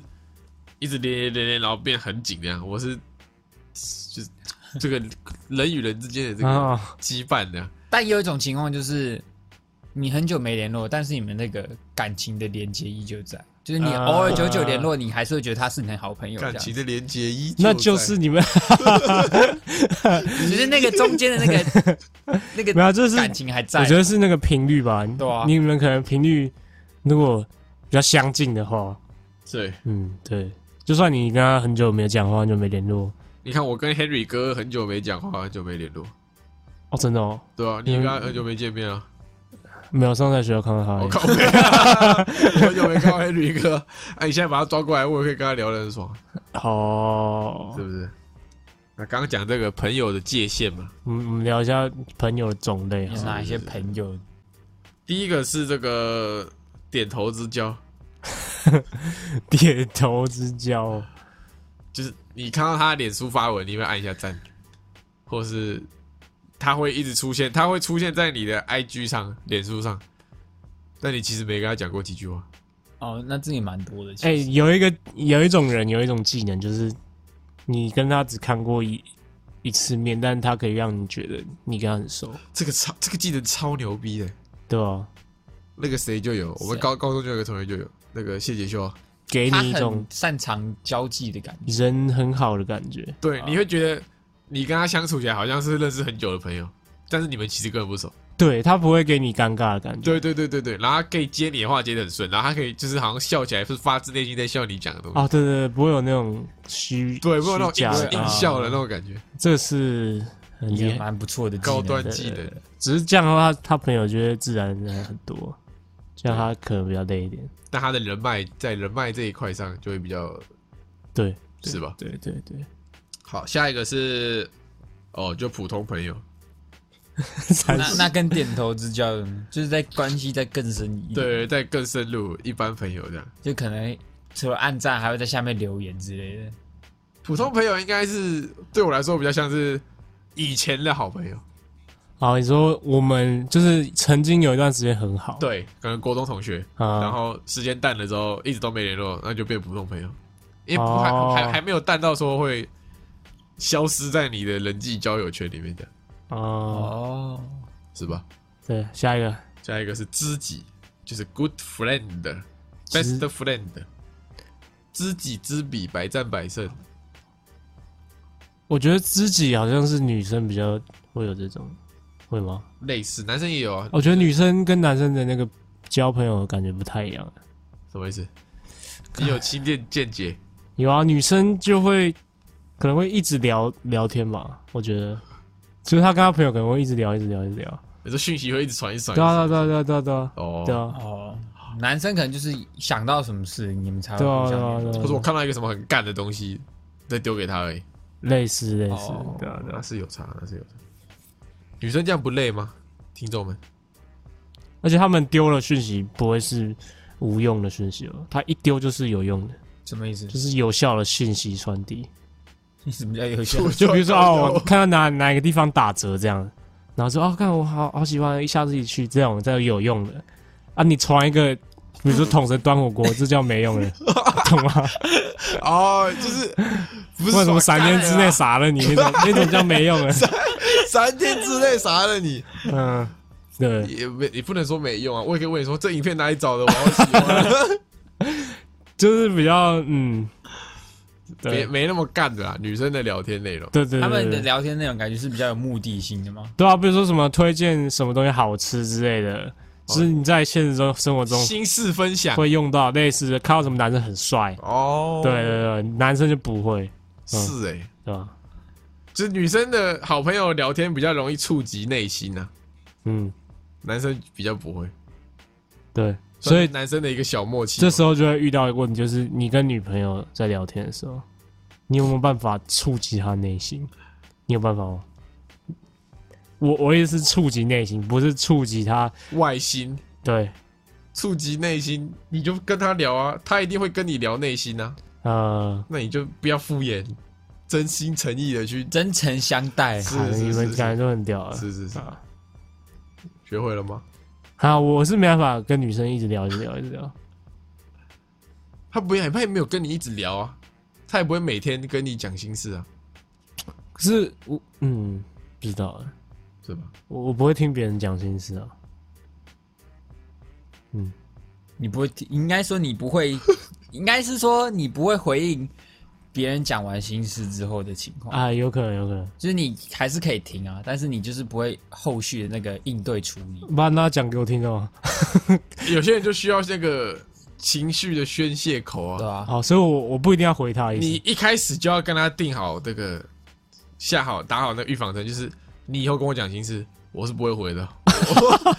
S2: 一直连连连连，然后变很紧那样，我是就是这个人与人之间的这个
S4: 啊，
S2: 羁绊的。
S3: 但也有一种情况就是，你很久没联络，但是你们那个感情的连接依旧在，就是你
S4: 啊
S3: 偶尔久久联络，你还是会觉得他是你的好朋友这
S2: 感
S3: 样
S2: 情。的连接依旧在，
S4: 那就是你们
S3: 只是那个中间的那个那个
S4: 没有这是
S3: 感情还在。
S4: 我觉得是那个频率吧，
S3: 对啊
S4: 你们可能频率如果比较相近的话，
S2: 对。
S4: 嗯，对，就算你跟他很久没有讲话，很久没联络，
S2: 你看我跟 Henry 哥很久没讲话，很久没联络，
S4: 哦，真的哦，
S2: 对啊，你也跟他很久没见面啊了。
S4: 没有上次在学校看到他而
S2: 我
S4: 已，
S2: 靠，我很久没看到 Henry 哥，哎、你现在把他抓过来，我也可以跟他聊得很爽，
S4: 哦
S2: 是，不是？那刚刚讲这个朋友的界限嘛，
S4: 我们我们聊一下朋友的种类
S3: 有
S4: 啊，
S3: 哪一些朋友？
S2: 第一个是这个点头之交，
S4: 点头之交，
S2: 就是你看到他脸书发文，你会按一下赞，或是他会一直出现，他会出现在你的 IG 上、脸书上，但你其实没跟他讲过几句话。
S3: 哦，那这也蛮多的。
S4: 哎、
S3: 其实
S4: 有一个有一种人有一种技能，就是你跟他只看过一一次面，但他可以让你觉得你跟他很熟，
S2: 这个超，这个技能超牛逼的、
S4: 对吧、
S2: 那个谁就有，我们
S3: 谁
S2: 高高中就有个同学就有，那个谢杰啊修，
S4: 给
S3: 他
S4: 你一种
S3: 很擅长交际的感觉。
S4: 人很好的感觉。
S2: 对，你会觉得你跟他相处起来好像是认识很久的朋友，但是你们其实根本不熟。
S4: 对他不会给你尴尬的感觉。
S2: 对对对对对，然后他可以接你的话接得很顺，然后他可以就是好像笑起来是发自内心在笑你讲的东西，
S4: 啊，对对对，不会有那种虚
S2: 哦对，没有那
S4: 虚假
S2: 种
S4: 的
S2: 硬硬
S4: 感觉
S2: 笑的那种感觉，
S4: 这是很厉
S3: 也
S4: 害。
S3: 蛮不错的技能
S2: 高端技能。
S4: 只是这样的话，他朋友就会自然而然很多，这样他可能比较累一点。
S2: 但他的人脉在人脉这一块上就会比较
S4: 对，
S2: 是吧？
S4: 对对对，
S2: 好，下一个是哦，就普通朋友，
S4: 三
S3: 那那跟点头之交呢，就是在关系再更深一点，，
S2: 对，再更深入一般朋友这样。
S3: 就可能除了暗赞，还会在下面留言之类的。
S2: 哦普通朋友应该是对我来说比较像是以前的好朋友，
S4: 好，你说我们就是曾经有一段时间很好，
S2: 对，可能国中同学，
S4: 啊，
S2: 然后时间淡了之后，一直都没联络，那就变普通朋友，因为不
S4: 哦
S2: 还、还还没有淡到说会消失在你的人际交友圈里面的，
S4: 哦，
S3: 哦，
S2: 是吧？
S4: 对，下一个
S2: 下一个是知己，就是 good friend，best
S4: 知
S2: friend，知己知彼，百战百胜。
S4: 我觉得知己好像是女生比较会有这种，会吗？
S2: 类似男生也有啊，
S4: 我觉得女生跟男生的那个交朋友的感觉不太一样。
S2: 什么意思？你有亲见见解？
S4: 有啊，女生就会可能会一直聊聊天吧，我觉得，就是她跟她朋友可能会一直聊，一直聊，一直聊。
S2: 你说讯息会一直传一直传？
S4: 对啊，
S2: 哦一直
S4: 对啊，
S2: 传
S4: 对啊，对啊，对啊，
S2: 哦，
S4: 对啊，
S3: 哦，男生可能就是想到什么事，你们才会
S4: 对啊
S3: 互
S4: 对啊
S3: 相
S4: 对
S3: 联络
S4: 啊
S2: 或者哦我看到一个什么很干的东西，再丢给他而已。
S4: 类似类似，
S3: 哦
S4: 对啊，对
S2: 那
S4: 啊。
S2: 是有差，那是有差。女生这样不累吗？听众们，
S4: 而且他们丢了讯息不会是无用的讯息哦，他一丢就是有用的，
S3: 什么意思？
S4: 就是有效的信息传递。
S3: 什么叫 有效？
S4: 就比如说哦，我
S2: 我
S4: 看到哪哪一个地方打折这样，然后说哦，看我好好喜欢，一下子一起去这种，这样有用的啊。你传一个，比如说桶神端火锅，这叫没用的，懂吗？
S2: 哦，就是啊不
S4: 为什么三天之内
S2: 傻
S4: 傻了你那种，那种叫没用的。
S2: 三天之内傻了你？
S4: 嗯，对，
S2: 也没也不能说没用啊，我也可以问你说这影片哪里找的，我好喜欢，
S4: 就是比较嗯，
S2: 没
S4: 对
S2: 没那么干的啦。女生的聊天内容，
S4: 对对，
S3: 他们的
S4: 对
S3: 聊天内容感觉是比较有目的性的吗？
S4: 对啊，比如说什么推荐什么东西好吃之类的，就是你在现实中生活中
S2: 心事分享
S4: 会用到类似的，看到什么男生很帅，
S2: 啊哦，
S4: 对对嗯对，男生就不会，
S2: 是哎，
S4: 对吧？
S2: 就是女生的好朋友聊天比较容易触及内心啊，
S4: 嗯，
S2: 男生比较不会，
S4: 对，所
S2: 算
S4: 以
S2: 是男生的一个小默契嘛。
S4: 这时候就会遇到一个问题，就是你跟女朋友在聊天的时候，你有没有办法触及她内心？你有办法吗？我我也是触及内心，不是触及她。
S2: 外心
S4: 对，
S2: 触及内心，你就跟他聊啊，他一定会跟你聊内心啊，
S4: 呃，
S2: 那你就不要敷衍，真心诚意的 去，
S3: 真诚相待，
S2: 是
S4: 看你
S2: 是
S4: 们
S2: 是
S4: 感觉都很屌了。
S2: 是是是，
S4: 啊
S2: 学会了吗？
S4: 啊，我是没办法跟女生一直聊，一直聊，一直聊。
S2: 他不也他也没有跟你一直聊啊，他也不会每天跟你讲心事啊，
S4: 可是我，嗯，不知道啊，
S2: 是吧？
S4: 我我不会听别人讲心事啊。
S3: 你不会听，应该说你不会， 应该是说你不会回应别人讲完心事之后的情况，
S4: 啊，有可能，有可能。
S3: 就是你还是可以听啊，但是你就是不会后续的那个应对处理。
S4: 把那讲给我听哦。
S2: 有些人就需要那个情绪的宣泄口
S3: 对
S2: 啊，
S3: 啊，
S4: 好，所以我我不一定要回他的意思。
S2: 你一开始就要跟他定好这个，下好打好那个预防针，就是你以后跟我讲心事，我是不会回的，
S4: 啊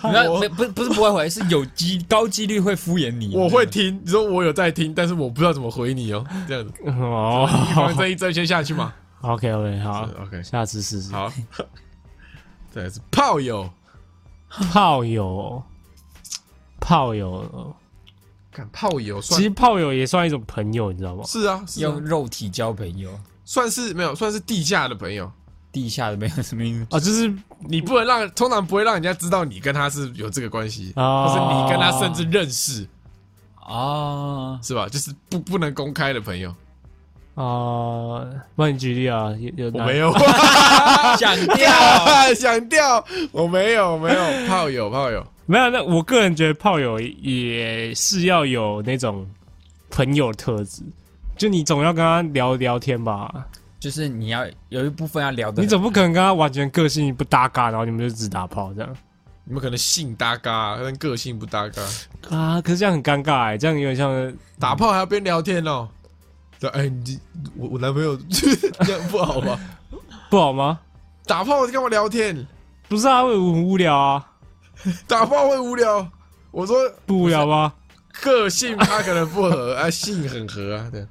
S3: 没有，没不不是不会回，是有机高几率会敷衍你。
S2: 我会听，你说我有在听，但是我不知道怎么回你哦，这样 子。
S4: 哦
S2: 预防针一针先下去嘛。
S4: ，OK OK，好
S2: 是，，OK，
S4: 下次试试。
S2: 好。 再来是炮友，
S4: 炮友，炮友，
S2: 看炮友
S4: 其
S2: 算
S4: 实炮友也算一种朋友，你知道吗？
S2: 是啊，是啊
S3: 用肉体交朋友，
S2: 算是没有，算是地下的朋友。
S3: 地下的没有什么意思。
S4: 啊，就是
S2: 你不能让，通常不会让人家知道你跟他是有这个关系，
S4: 哦
S2: 或是你跟他甚至认识，
S3: 哦，
S2: 是吧？就是不不能公开的朋友。
S4: 啊，帮你举例啊，有有
S2: 我
S4: 哪
S2: 没有，
S3: 想 掉，
S2: 想掉，我没有，我没有炮友，炮友。
S4: 没有？那我个人觉得炮友也是要有那种朋友特质，就你总要跟他聊聊天吧，
S3: 就是你要有一部分要聊的，
S4: 你总不可能跟他完全个性不搭嘎，然后你们就只打炮这样
S2: 你们可能性搭嘎，但个性不搭嘎。
S4: 啊？可是这样很尴尬哎、这样有点像
S2: 打炮还要边聊天哦。对，哎，你我我男朋友 这样不好吧？
S4: 不好吗？
S2: 打炮跟我聊天，
S4: 不是啊，会很无聊啊，
S2: 打炮会无聊。我说
S4: 不无聊吗？
S2: 个性他可能不合啊，性很合啊，对。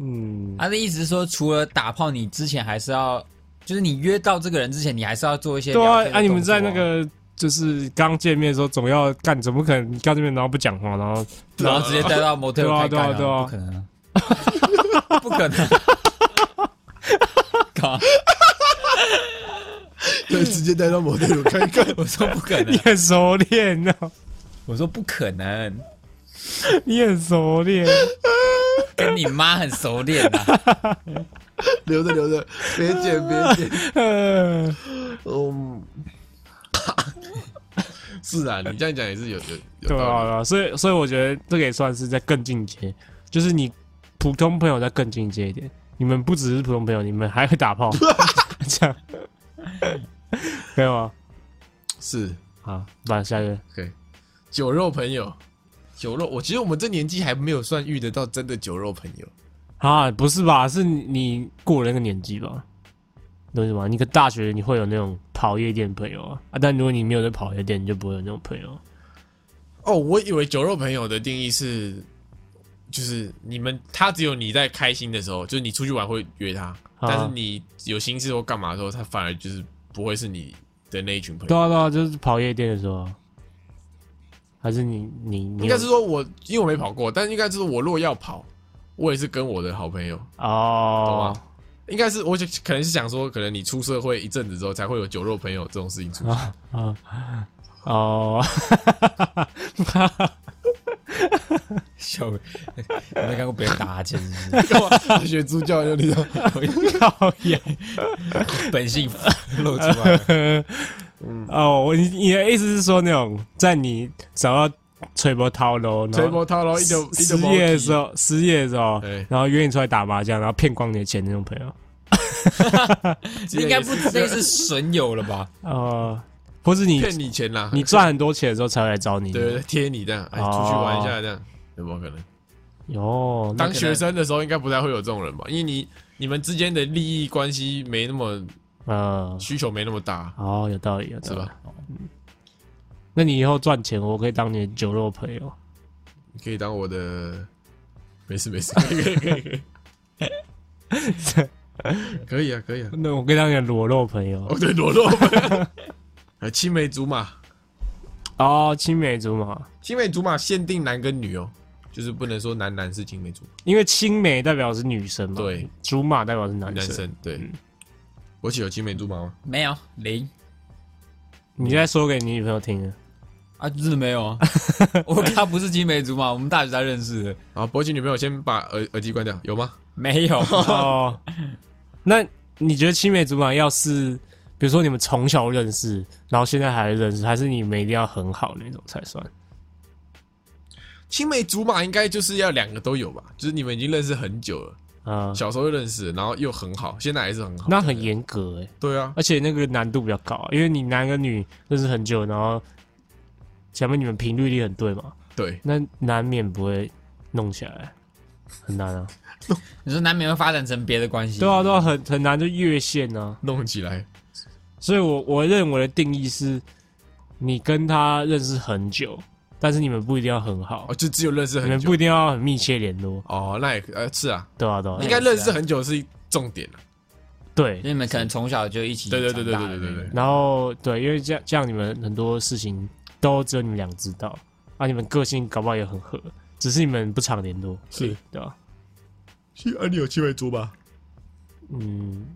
S4: 嗯，
S3: 他的意思是说，除了打炮，你之前还是要，就是你约到这个人之前，你还是要做一些
S4: 对啊
S3: 聊天，的
S4: 啊，你们
S3: 动作
S4: 在那个就是刚见面的时候，总要干，怎么可能刚见面然后不讲话，然 后
S3: 啊然后直接带到模特
S4: 啊对啊
S3: 开干
S4: 对啊
S3: 不可能啊， 不可能，靠，
S2: 对会直接带到摩天轮看一看。
S3: 我说不可
S4: 你
S3: 能，
S4: 很熟练哦，
S3: 我说不可能，
S4: 你很熟练，
S3: 跟你妈很熟练啊。
S2: 留着留着，别剪别剪。
S4: 呃
S2: 嗯，是啊，你这样讲也是有有有
S4: 对啊，
S2: 道理。
S4: 对啊，所以所以我觉得这个也算是在更进阶，就是你普通朋友再更进阶一点，你们不只是普通朋友，你们还会 打炮，这样， 可以吗？
S2: 是
S4: 好，把下一个，
S2: OK，酒肉朋友，酒肉，我其实我们这年纪还没有算遇得到真的酒肉朋友。
S4: 啊，不是吧？是你你过了那个年纪吧？懂我意思吗？你个大学你会有那种跑夜店朋友啊，啊，但如果你没有在跑夜店，你就不会有那种朋友。
S2: 哦，我以为酒肉朋友的定义是，就是你们他只有你在开心的时候，就是你出去玩会约他，
S4: 啊
S2: 但是你有心事或干嘛的时候，他反而就是不会是你的那一群朋
S4: 对
S2: 友。
S4: 啊，对啊，就是跑夜店的时候啊，还是你你你
S2: 应该是说我因为我没跑过，但应该是我若要跑，我也是跟我的好朋友，懂
S4: 哦
S2: 吗？，应该是我就可能是想说，可能你出社会一阵子之后，才会有酒肉朋友这种事情出现。
S4: 啊哦，
S3: 笑，我没看过别人打哈欠，是不是
S4: 啊
S2: 学猪教练，你 知道？
S4: 靠呀！
S3: 本性露出来 了。
S4: 哦，我你你的意思是说那种在你找到吹波涛楼，然后
S2: 吹波涛咯，一头一头
S4: 失业的时，候，失业的时候
S2: 对，
S4: 然后约你出来打麻将，然后骗光你的钱那种朋友，
S3: 应该不类似损友了吧？
S4: 哦，或是你
S2: 骗你钱啦，
S4: 你赚很多钱的时候才会来找你，
S2: 对对对，贴你这样，哎，
S4: 哦
S2: 出去玩一下这样，有没有可能？
S4: 哟，哦那
S2: 当学生的时候应该不太会有这种人吧，因为你你们之间的利益关系没那么
S4: 呃，
S2: 需求没那么大，
S4: 哦，有道理，有
S2: 是
S4: 道理。嗯
S2: 吧？
S4: 那你以后赚钱，我可以当你的酒肉朋友。
S2: 你可以当我的，没事没事， 可以可以可以可以。可以啊，可以啊！
S4: 那我可以当你的裸露朋友
S2: 哦，对，裸露 们，呃，青梅竹马，
S4: 哦，青梅竹马，
S2: 青梅竹马限定男跟女哦，就是不能说男男是青梅竹马，
S4: 因为青梅代表是女生嘛，
S2: 对，
S4: 竹马代表是嗯男
S2: 男
S4: 生。嗯
S2: 生对。我姐有青梅竹马吗？
S3: 没有零
S4: 你在说给你女朋友听 啊？
S3: 啊，真的没有 啊。我跟他不是青梅竹马，我们大学才认识的。
S2: 好，博奇女朋友先把耳耳机关掉，有吗？
S3: 没有，
S4: 哦，那你觉得青梅竹马要是，比如说你们从小认识，然后现在还认识，还是你们一定要很好那种才算？
S2: 青梅竹马应该就是要两个都有吧，就是你们已经认识很久了，
S4: 啊、
S2: 小时候就认识，然后又很好，现在还是很好。
S4: 那很严格哎、
S2: 对啊，
S4: 而且那个难度比较高啊、因为你男跟女认识很久，然后前面你们频率力很对嘛，
S2: 对，
S4: 那难免不会弄起来，很难啊。
S3: 你说难免会发展成别的关系。
S4: 对啊，对啊，很很难就越线啊。
S2: 弄起来
S4: 所以我我认为的定义是，你跟他认识很久，但是你们不一定要很好
S2: 哦，，就只有认识
S4: 你
S2: 很
S4: 们不
S2: 久
S4: 一定要很密切联络，
S2: 哦，那也呃是啊，
S4: 对啊，对啊
S2: 应，该认识很久是重点了。
S4: 对
S3: 因。为你们可能从小就一起
S2: 对对对对
S3: 长大的
S2: 对对
S3: 那
S2: 对
S3: 种
S2: 对，
S4: 然后对，因为这样这样你们很多事情都只有你们俩知道，啊，你们个性搞不好也很合，只是你们不常联络，
S2: 是
S4: 对吧、
S2: 啊，你有青梅竹马，
S4: 嗯，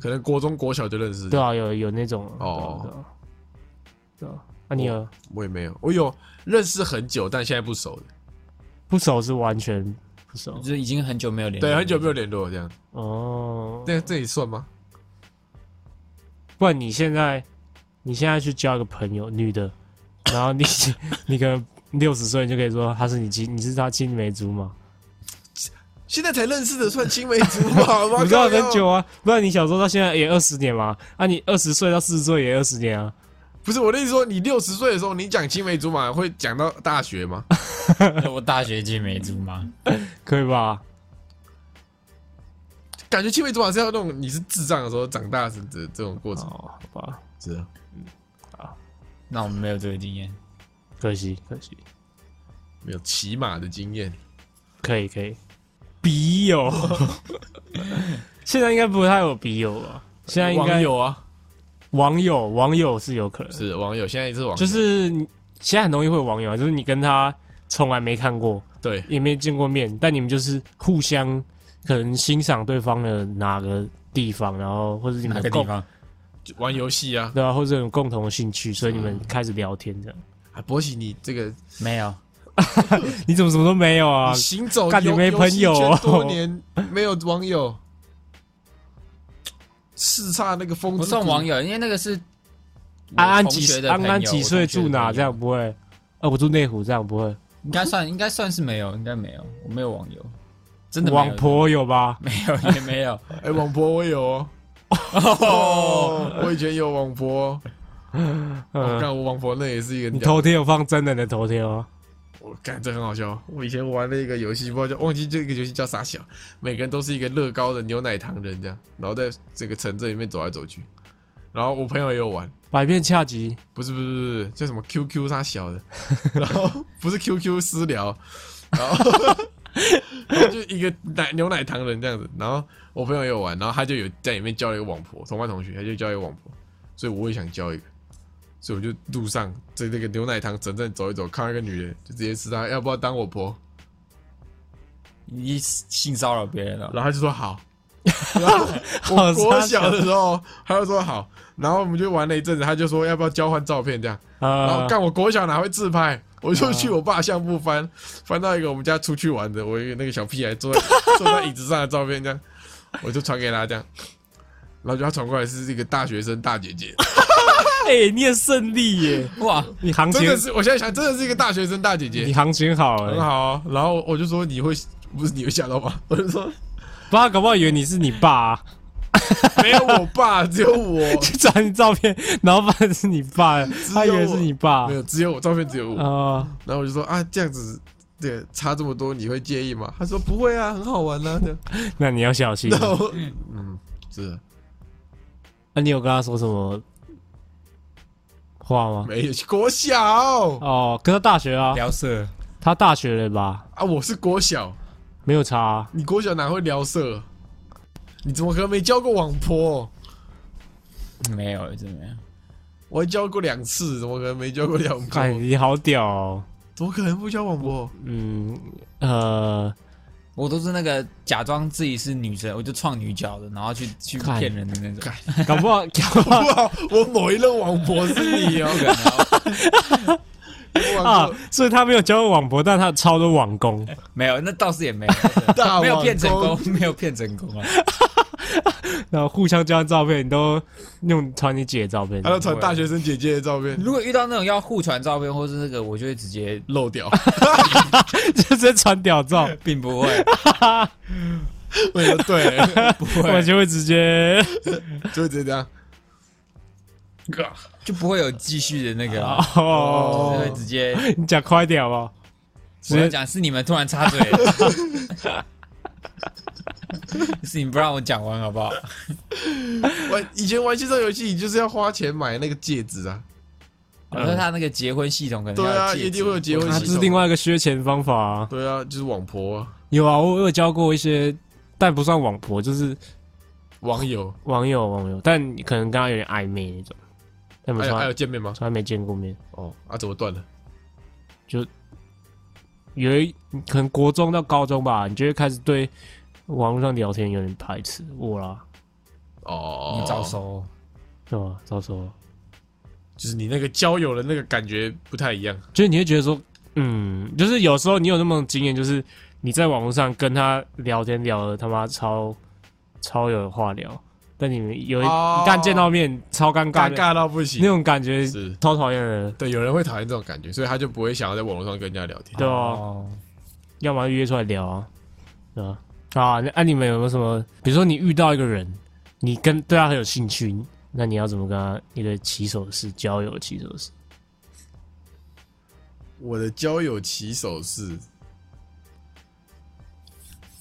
S2: 可能国中国小就认识。
S4: 对啊，有有那种
S2: 哦
S4: 哦，对啊对啊，那、啊、你有
S2: 我也没有，我有认识很久，但现在不熟的。
S4: 不熟是完全不熟
S3: 就是已经很久没有联络，
S2: 对，很久没有联络这样。
S4: 哦。
S2: 那这里算吗？
S4: 不然你现在你现在去交一个朋友，女的，然后你 你可能六十岁你就可以说她是你亲，你是她青梅竹马，
S2: 现在才认识的算青梅竹马吗？
S4: 你知道很
S2: 靠
S4: 久
S2: 腰，
S4: 啊。不然你小时候到现在也二十年嘛，啊，你二十岁到四十岁也二十年啊，
S2: 不是我的意思说，你六十岁的时候，你讲青梅竹马会讲到大学吗？
S3: 对。我大学青梅竹马，
S4: 可以吧？
S2: 感觉青梅竹马是要那种你是智障的时候长大的这这种过程，
S4: 哦，好吧，
S2: 是啊。
S3: 那我们没有这个经验。
S4: 可惜可惜，
S2: 没有骑马的经验，
S4: 可以可以，笔友， 现在应该不太有笔友吧？现在应该
S2: 网友啊，
S4: 网友网友是有可能，
S2: 是网友，现在也是网友，
S4: 就是你现在很容易会有网友啊，就是你跟他从来没看过。
S2: 对
S4: 也没见过面，但你们就是互相可能欣赏对方的哪个地方，然后或者你
S3: 哪
S4: 们
S3: 个地
S4: 共
S3: 方？
S2: 玩游戏啊。
S4: 对啊，或者有共同的兴
S3: 嗯
S4: 趣，所以你们开始聊天这样。
S2: 啊，博喜，你这个
S3: 没有，
S4: 你怎么什么都没有啊
S2: 你？行走
S4: 干你
S2: 游
S4: 没
S2: 游
S4: 朋
S2: 戏
S4: 友
S2: 圈
S4: 哦
S2: 多年，没有网友，叱咤那个风
S3: 不
S2: 之
S3: 算
S2: 谷
S3: 网友，因为那个是
S4: 安安
S3: 我同学
S4: 几
S3: 的
S4: 安
S3: 朋友
S4: 安几岁住哪？这，样
S3: 我同学的朋友
S4: 不会？呃，我住内湖，这样不会？
S3: 应该算应该算是没有，应该没有，我没有网友，真的没有
S4: 王婆有吧？
S3: 没有 也没有。
S2: 哎、网婆我有哦，哦， 我以前有网婆，我
S4: 嗯，
S2: 看我网婆那也是一个
S4: 你
S2: 鸟，
S4: 头贴有放真人的头贴吗？
S2: 我干这很好笑。我以前玩了一个游戏，不知道叫忘记这个游戏叫啥小，每个人都是一个乐高的牛奶糖人这样，然后在这个城镇里面走来走去。然后我朋友也有玩，
S4: 百变恰吉，
S2: 不是不是不是叫什么 QQ 他小 的，然后不是 QQ 私聊，然后然后就一个奶牛奶糖人这样子，然后我朋友也有玩，然后他就有在里面交了一个网婆，同班同学他就交一个网婆，所以我也想交一个，所以我就路上在那个牛奶糖城镇走一走，看到一个女人就直接吃她，要不要当我婆？
S3: 你性骚扰别人了？
S2: 然后他就说好。然后 我
S4: 哦
S2: 国小的时候，他就说好，然后我们就玩了一阵子，他就说要不要交换照片这样，然后
S4: 呃，
S2: 干我国小哪会自拍， 我就
S4: 啊
S2: 去我爸相簿翻，翻到一个我们家出去玩的，我一个那个小屁孩坐在 坐在椅子上的照片，这样我就传给他这样，然后就他传过来是一个大学生大姐姐，
S4: 哎，你也胜利耶！
S3: 哇，
S4: 你行
S2: 真
S4: 情
S2: 的是我现在想真的是一个大学生大姐
S4: 你
S2: 姐，
S4: 行情好
S2: 很
S4: 哎，
S2: 好哦、然后我就说你会不是你会吓到吗？ 我就 说
S4: 爸搞不好以为你是你 爸啊，
S2: 没有我爸，只有 我，
S4: 去找你照片，然后发现是你爸，他
S3: 啊
S4: 以为是你爸
S2: 没有只有我照片只有我，
S4: 啊。
S2: 然后我就说啊这样子。对，差这么多你会介意吗？他说不会啊，很好玩啊。这 样
S4: 那你要小 心。
S2: 然后，嗯，是的
S4: 那啊你有跟他说什么话吗？
S2: 没有国小
S4: 哦，跟他大学啊，
S3: 聊色，
S4: 他大学了吧？
S2: 啊，我是国小，
S4: 没有差啊。
S2: 你国小哪会聊色？你怎么可能没交过网婆？
S3: 没有，真的没有。
S2: 我还交过两次，怎么可能没交过两婆？
S4: 哎，你好屌哦。
S2: 怎么可能不交网 婆？
S4: 嗯，呃，
S3: 我都是那个假装自己是女生，我就创女角的，然后去去
S4: 干
S3: 骗人的那种。
S4: 搞 不好，搞不好
S2: 不好，我某一任网婆是你哦，我网
S4: 啊
S2: 婆，
S4: 所以他没有交过网婆，但他超多网工。
S3: 没有，那倒是也没有，
S2: 大
S3: 没有骗成
S2: 网
S3: 功，没有骗成功啊。
S4: 然后互相交换照片，你都用传你姐的照片
S2: 他，要传大学生姐姐的照片，
S3: 如果遇到那种要互传照片或是那个，我就会直接
S2: 漏 掉。
S4: 就直接传屌照，
S2: 哦
S3: 并不会，
S2: 我说对，
S3: 不
S4: 我
S3: 会
S4: 就会直接
S2: 就会直接这样。
S3: 就不会有继续的那个啊，就
S4: 哦
S3: 会，直接。
S4: 你讲快点好不好？直
S3: 我要
S4: 接
S3: 讲是你们突然插嘴， 是你们不让我讲完好不好？
S2: 玩以前玩线上游戏，你就是要花钱买那个戒指啊。
S3: 我说他那个结婚系统可能
S2: 对啊
S3: 要戒指
S2: 一定会有结婚
S4: 啊，
S2: 系
S4: 这
S2: 统
S4: 是另外一个削钱方法啊。
S2: 对啊，就是网婆、啊、
S4: 有啊，我我有教过一些，但不算网婆，就是
S2: 网友，
S4: 网友网友，但你可能跟他有点暧昧那种，但我们
S2: 还
S4: 从
S2: 有还
S4: 来
S2: 有见面吗？
S4: 从来没见过面。
S2: 哦，啊，怎么断了？
S4: 有一可能国中到高中吧，你就会开始对网络上聊天有点排斥我啦，
S2: 哦，
S3: 你早熟，哦
S4: 对吧？到时候
S2: 就是你那个交友的那个感觉不太一样。
S4: 就是你会觉得说，嗯，就是有时候你有那么种经验，就是你在网络上跟他聊天聊的他妈超超有话聊，但你们有一
S2: 哦
S4: 一旦见到面超尴尬
S2: 尴
S4: 的，
S2: 尬到不
S4: 那
S2: 行。
S4: 种感觉
S2: 是
S4: 超讨厌的。
S2: 对，有人会讨厌这种感觉，所以他就不会想要在网络上跟人家聊天。
S4: 对啊
S3: 哦，
S4: 要么约出来聊啊，对吧？啊，那、啊、你们有没有什么？比如说你遇到一个人，你跟对他很有兴趣，那你要怎么跟他一个起手式交友起手式？
S2: 我的交友起手式，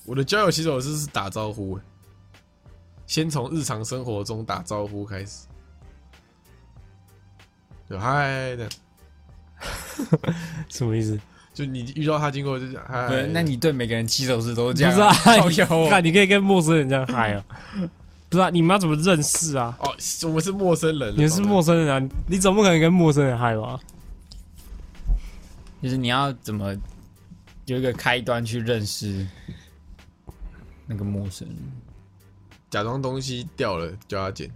S2: 我的交友起手式是打招呼、欸先从日常生活中打招呼开始。就嗨，这样
S4: 什么意思？
S2: 就你遇到他经过就讲嗨
S3: 不是，，那你对每个人起手式哎都是
S4: 不
S3: 这样
S4: 是
S3: 啊？
S4: 啊，
S3: 靠
S4: 你
S3: 腰 哦
S4: 看你可以跟陌生人这样嗨啊，不是啊？你们要怎么认识啊？
S2: 哦，我们是陌生人了，
S4: 你们是陌生人啊，你总不可能跟陌生人嗨吧？
S3: 就是你要怎么有一个开端去认识那个陌生人？
S2: 假装东西掉了叫他捡，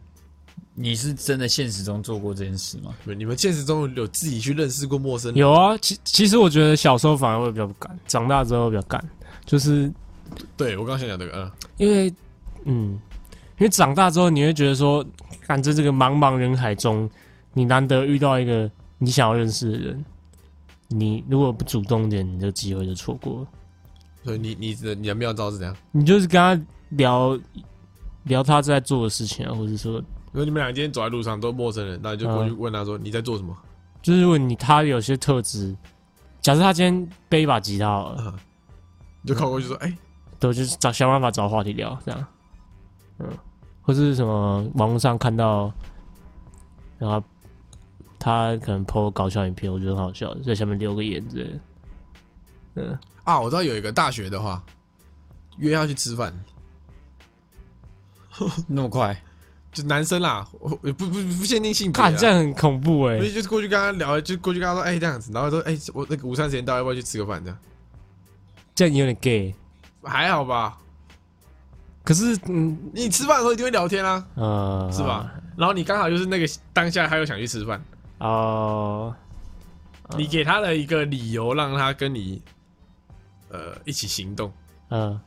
S3: 你是真的现实中做过这件事吗？
S2: 你们现实中有自己去认识过陌生人？
S4: 有啊，其其实我觉得小时候反而会比较不敢，长大之后比较敢，就是
S2: 对我刚刚想讲这个，嗯，
S4: 因为嗯，因为长大之后你会觉得说，看在这个茫茫人海中，你难得遇到一个你想要认识的人，你如果不主动点，你这个机会就错过了。
S2: 所以你你的你的妙招是怎样？
S4: 你就是跟他聊聊他在做的事情啊，或者说，
S2: 如果你们俩今天走在路上都陌生人，那你就过去问他说你在做什么？
S4: 就是如果你他有些特质，假设他今天背一把吉他好了，
S2: 嗯，你就靠过去说，哎，
S4: 对，就是找想办法找话题聊这样，嗯，或是什么网络上看到，然后他可能 PO 搞笑影片，我觉得很好笑，在下面留个言之类的，嗯，
S2: 啊，我知道有一个大学的话，约他去吃饭，
S3: 那么快？
S2: 就男生啦，我我不不不限定性别啊，
S4: 看这样很恐怖哎、
S2: 所以就是过去跟他聊，就过去跟他说，哎、这样子，然后说，哎、我那个午餐时间到，要不要去吃个饭？这样
S4: 这样有点 gay，
S2: 还好吧？
S4: 可是嗯
S2: 你吃饭的时候一定会聊天啊，
S4: 呃
S2: 是吧？？然后你刚好就是那个当下，他又想去吃饭，
S4: 哦、
S2: 你给他了一个理由，让他跟你呃一起行动，
S4: 嗯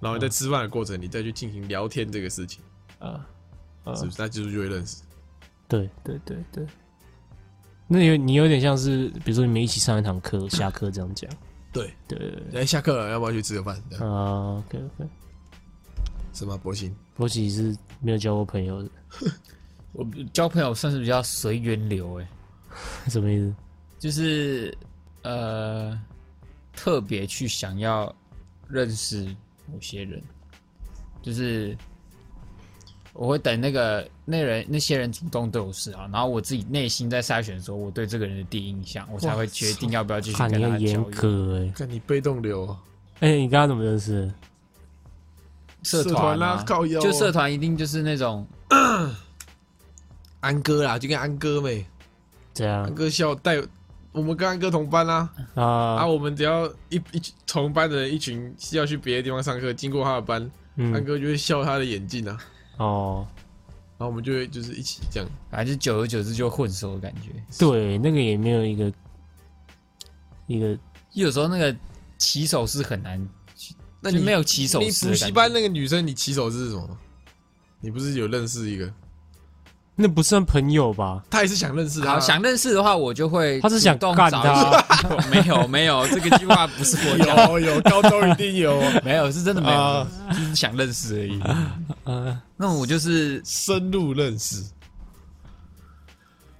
S2: 然后在吃饭的过程，你再去进行聊天这个事情，
S4: 呃
S3: 嗯
S2: 是不是？那就是就会认识。
S4: 对对对对，那有你有点像是，比如说你们一起上一堂课，下课这样讲。
S2: 对，
S4: 对对对，
S2: 哎、下课了，要不要去吃个饭？
S3: 嗯
S2: 这样
S4: 啊，OK OK，
S2: 是吗？博鑫，
S4: 波奇是没有交过朋友的，
S3: 我交朋友算是比较随缘流、欸，
S4: 什么意思？
S3: 就是呃，特别去想要认识某些人，就是我会等那个那人那些人主动对我示好，然后我自己内心在筛选说我对这个人的第一印象，我才会决定要不要继续
S4: 看
S3: 跟
S4: 你
S3: 他
S4: 很严
S3: 交友。
S4: 格哎、
S2: 看你被动流哦、
S4: 哎、你刚刚怎么认识的？
S3: 社
S2: 团
S3: 啦、
S2: 啦靠腰哦
S3: 就社团一定就是那种
S2: 安哥啦，就跟安哥呗，
S4: 这
S3: 嗯
S4: 样
S2: 安哥笑带我们跟安哥同班啦、啊，
S4: 啊？
S2: 我们只要一一群同班的人一群要去别的地方上课，经过他的班，安
S4: 嗯，
S2: 哥就会笑他的眼镜啊，
S4: 哦，
S2: 然后我们就会就是一起这样。
S3: 反正就久而久之就混熟的感觉。
S4: 对，那个也没有一个一个
S3: 有时候那个起手是很难，
S2: 那
S3: 就
S2: 你
S3: 没有起手
S2: 你
S3: 式
S2: 补
S3: 的
S2: 习
S3: 感
S2: 班
S3: 觉
S2: 那个女生，你起手是什么？你不是有认识一个？
S4: 那不算朋友吧？
S2: 他也是想认识他，
S3: 好，想认识的话，我就会
S4: 他是想
S3: 主动
S4: 干
S3: 找
S4: 他
S3: 一 些。没有没有，这个计划不是我讲，
S2: 有有高中一定有
S3: 没有是真的没有
S2: 啊，
S3: 就是想认识而已。
S4: 呃，
S3: 那我就是
S2: 深入认识，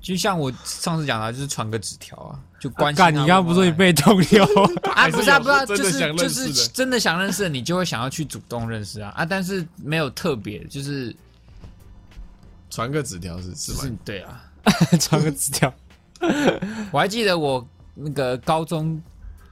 S3: 就像我上次讲的，就是传个纸条啊，就关心
S4: 干，
S3: 他。
S4: 你刚刚不是说你被动流？
S3: 啊？
S2: 还是
S3: 不是啊，
S2: 有
S3: 不是啊，
S2: 真
S3: 就
S2: 的
S3: 是
S2: 想
S3: 就
S2: 认识
S3: 是
S2: 的
S3: 真的想认识的，你就会想要去主动认识啊啊！但是没有特别，就是
S2: 传个纸条是是
S3: 就
S2: 吧
S3: 是？对啊，
S4: 传个纸条。
S3: 我还记得我那个高中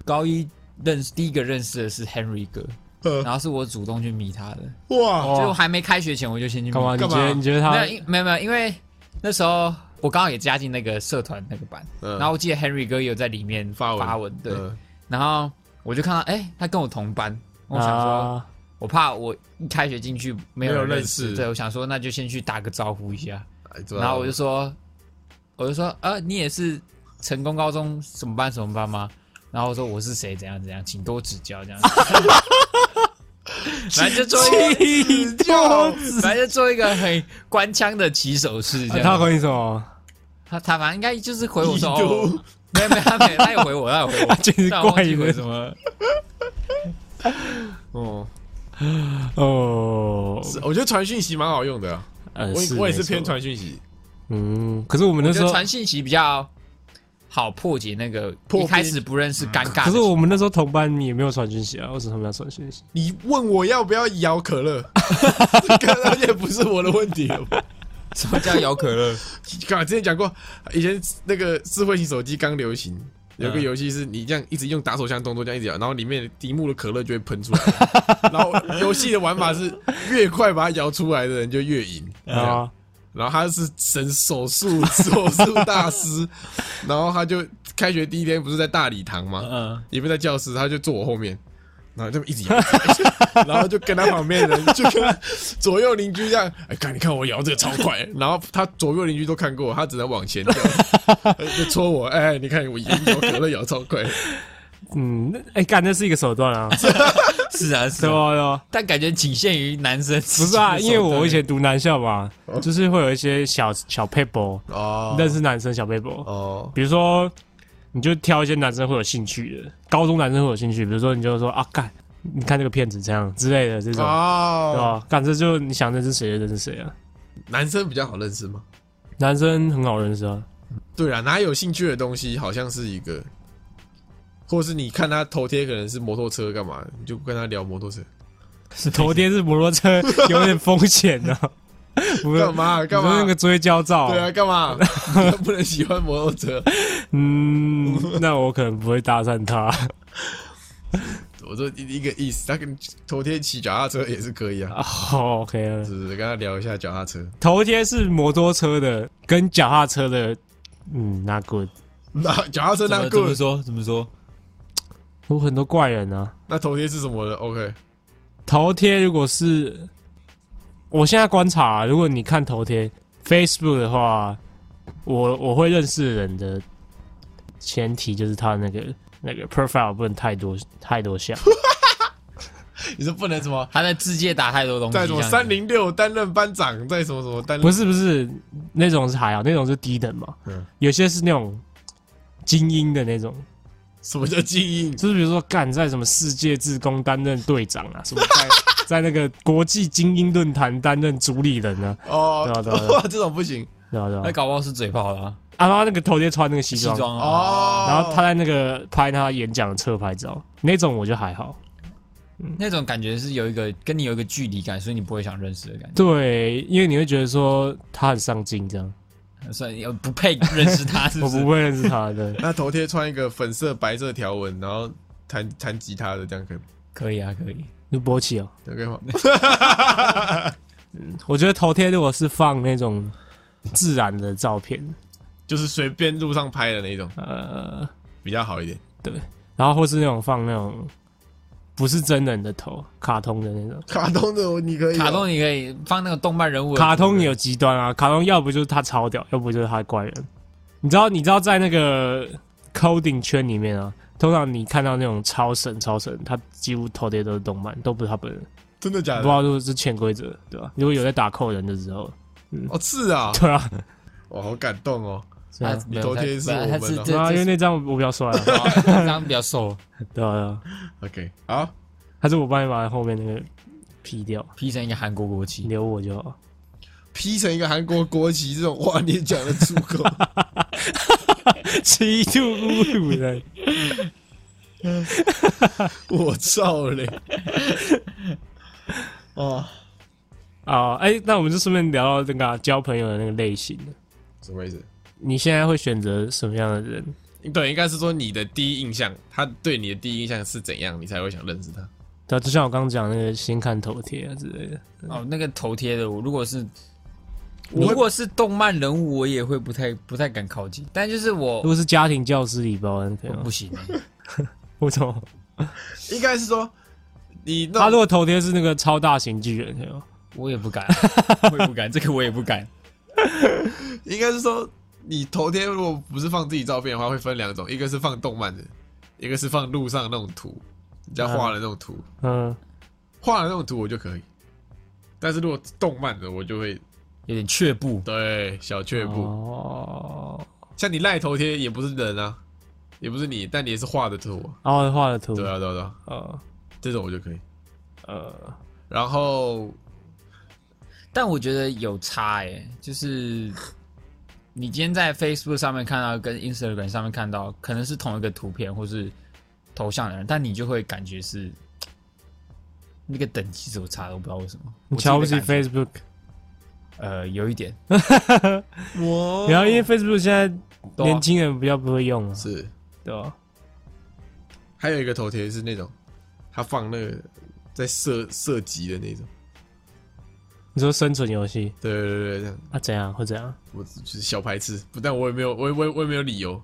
S3: 高一认识第一个认识的是 Henry 哥，
S2: 呃
S3: 然后是我主动去迷他的，
S2: 哇，
S3: 就
S4: 哦，
S3: 还没开学前我就先去
S4: 干嘛？
S3: 迷。
S2: 干
S4: 你觉
S2: 嘛
S4: 得你觉得
S3: 没
S4: 他
S3: 有，因没有没有，因为那时候我刚好也加进那个社团那个版，
S2: 嗯
S3: 然后我记得 Henry 哥也有在里面
S2: 发文
S3: 发文，对，
S2: 呃
S3: 然后我就看到哎、他跟我同班，我想说。
S4: 啊
S3: 我怕我一开学进去没
S2: 没有
S3: 有人
S2: 认
S3: 认识，
S2: 识
S3: 对我想说那就先去打个招呼一下，
S2: 哎对啊
S3: 然后我就说，我就说，呃，你也是成功高中什么班什么班吗？然后我说我是谁，怎样怎样，请多指教这样 子。反正就做一个，
S2: 指教
S3: 反正就做一个很官腔的起手式这
S4: 啊他
S3: 样。
S4: 回你什么？
S3: 他他反正应该就是回我说，
S2: 已读
S3: 哦没有没有，他没有，他有回我，他有回我，
S4: 真是
S3: 但我忘
S4: 怪
S3: 记回
S4: 人
S3: 什么。
S2: 哦，
S4: 哦，
S2: 是我觉得传讯息蛮好用的啊，
S3: 嗯
S4: 呃
S2: 我我也是偏。
S4: 没错
S2: 传讯息，
S4: 嗯，可是我们那
S3: 我
S4: 时
S3: 觉得
S4: 候，
S3: 传信息比较好破解那个
S2: 破
S3: 一开
S2: 冰
S3: 始不认识尴尬的情况。
S4: 可是我们那时候同班也没有传讯息啊，为什么他们要传讯息？
S2: 你问我要不要摇可 乐，这个而且不是我的问题了。
S3: 什么叫摇可乐？
S2: 刚之前讲过，以前那个智慧型手机刚流行，
S3: 嗯
S2: 有个游戏是你这样一直用打手枪动作这样一直摇，然后里面的一幕的可乐就会喷出来。 然后游戏的玩法是越快把它摇出来的人就越赢。啊、
S4: 啊，
S2: 然后他是神手术手术大师， 然后他就开学第一天不是在大礼堂吗？
S3: 嗯，
S2: 也不在教室，他就坐我后面。然后这么一直摇，然后就跟他旁边的人，就跟他左右邻居这样，哎，看你看我摇这个超快，然后他左右邻居都看过，他只能往前摇，就戳我，哎，你看我摇可乐摇超快，
S4: 嗯，那哎，干，那是一个手 段啊，
S3: 是啊，是
S4: 对
S3: 啊，
S4: 吧？对吧？
S3: 但感觉仅限于男生。
S4: 不
S3: 不
S4: 是啊，因为我以前读男校嘛，就是会有一些小小 paper，
S2: 哦
S4: 认识男生小 paper，
S2: 哦，
S4: 比如说你就挑一些男生会有兴趣的，高中男生会有兴趣，比如说你就说啊干，你看这个骗子这样之类的这种，对
S2: 哦，
S4: 吧？干这就你想认识谁就认识谁啊，
S2: 男生比较好认识吗？
S4: 男生很好认识啊，
S2: 对啊，哪有兴趣的东西好像是一个，或是你看他头贴可能是摩托车干嘛的，你就跟他聊摩托车，
S4: 头贴是摩托车，有点风险的，不是
S2: 干嘛干
S4: 不是
S2: 嘛
S4: 那个哦追焦照，
S2: 对啊，干嘛 不能喜欢摩托车？
S4: 嗯， 那我可能不会搭讪他。
S2: 我说一一个意思，他跟头天骑脚踏车也是可以啊，
S4: 哦、o k
S2: 是不是？跟他聊一下脚踏车，
S4: 头贴是摩托车的，跟脚踏车的，嗯，not good。
S2: 那脚踏车
S3: 怎
S2: 那
S3: 么怎么
S2: 个
S3: 说？怎么说？
S4: 有很多怪人啊。
S2: 那头贴是什么的？OK，
S4: 头贴如果是，我现在观察啊、如果你看头贴 Facebook 的话，我我会认识的人的前提就是他那个那个 profile 不能太多太多项。
S2: 你说不能什么？
S3: 他在字界打太多东西，
S2: 在什么
S3: 这样子
S2: 三零六担任班长，在什么什么担任？
S4: 不是不是，那种是还好，那种是低等嘛。
S2: 嗯
S4: 有些是那种精英的那种，
S2: 什么叫精英？
S4: 就是比如说干在什么世界志工担任队长啊，什么在在那个国际精英论坛担任主理人啊，
S2: 哦
S4: 对啊对啊，对
S2: 哇， 这种不行
S4: 对吧？对
S3: 那
S4: 吧？
S3: 搞不好是嘴炮啦，
S4: 啊，然后那个头贴穿那个西
S3: 西
S4: 装，
S3: 装啊，
S2: 哦。
S4: 然后他在那个拍他演讲的侧拍照，那种我就还好。
S3: 那种感觉是有一个跟你有一个距离感，所以你不会想认识的感觉，
S4: 对，因为你会觉得说他很上进，这样
S3: 所以呃不配认识他，是
S2: 。
S4: 我
S3: 不
S4: 不
S3: 是？
S4: 会认识他的
S2: 那头贴穿一个粉色白色条纹，然后弹弹吉他的，这样可以吗？
S3: 可以啊，可以。
S4: 你勃起哦，
S2: 这样可以吗？
S4: 我觉得头贴如果是放那种自然的照片，
S2: 就是随便路上拍的那种
S4: 呃，
S2: 比较好一点。
S4: 然后或是那种放那种不是真人的头，卡通的那种。
S2: 卡通的你可以哦，
S3: 卡通你可以放那个动漫人物的，啊
S4: 卡通有极端啊，卡通要不就是他超屌，要不就是他怪人。你知道，你知道在那个 coding 圈里面啊，通常你看到那种超神超神，他几乎头贴都是动漫，都不是他本人，
S2: 真的
S4: 不
S2: 假
S4: 知
S2: 的？
S4: 道是不是潜规则，对吧、如果有在打扣人的时候，
S2: 哦，是啊，
S4: 对 啊，
S2: 我好感动哦。
S4: 是
S3: 他
S4: 啊，
S3: 没有
S2: 头
S3: 他
S2: 贴是
S3: 本来
S2: 我
S3: 他
S2: 们
S3: 是
S2: 哦
S3: 这
S4: 对啊，因为
S3: 这
S4: 那张我比较帅啊，
S3: 哦这张比较瘦，
S4: 对啊对啊，
S2: OK，好，
S4: 还是我帮你把后面那个 P 掉，
S3: 披成一个韩国 国旗，
S4: 留我就好。
S2: 劈成一个韩国国旗这种，哇，你也讲得出 口？
S4: 极度侮辱 人，
S2: 我操嘞！哦，
S4: 哦，哎、那我们就顺便聊到那个啊、交朋友的那个类型了
S2: 什么意思？
S4: 你现在会选择什么样的人？
S2: 对，应该是说你的第一印象，他对你的第一印象是怎样，你才会想认识他。
S4: 对啊，就像我刚刚讲那个先看头贴啊之类的。
S3: 哦，那个头贴的，我如果是
S2: 我会
S3: 如果是动漫人物，我也会不太不太敢靠近。但就是我
S4: 如果是家庭教师礼包，那可以
S3: 我
S4: 吗
S3: 不？行，欸
S4: 我怎么？
S2: 应该是说你那
S4: 他如果头贴是那个超大型巨人，可以吗？
S3: 我也不敢，我也不敢，这个我也不敢。
S2: 应该是说你头天如果不是放自己照片的话，会分两种，一个是放动漫的，一个是放路上那种图，人家画的那种图，
S4: 嗯，
S2: 画的那种图我就可以。但是如果动漫的，我就会
S3: 有点却步，
S2: 对小却步。
S4: 哦，
S2: 像你赖头贴也不是人啊，也不是你，但你也是画的图啊。
S4: 然后哦画的图，
S2: 对啊，对啊，对啊，
S4: 呃
S2: 这种我就可以。
S4: 呃，
S2: 然后
S3: 但我觉得有差哎、就是你今天在 Facebook 上面看到跟 Instagram 上面看到，可能是同一个图片或是头像的人，但你就会感觉是那个等级是有差的，我不知道为什么。
S4: 你瞧不
S3: 我
S4: 起
S3: 自己的感
S4: Facebook，
S3: 觉呃，有一点
S2: 我
S4: 然后因为 Facebook 现在
S3: 哦对啊
S4: 年轻人比较不会用啊，
S2: 是
S4: 对吧？
S2: 还有一个头贴是那种他放那个在射射击的那种，
S4: 你说生存游戏
S2: 对对对对，这样
S4: 啊，怎样会怎样？
S2: 我就是小排斥，不但我也没有，我也我也我也没有理由，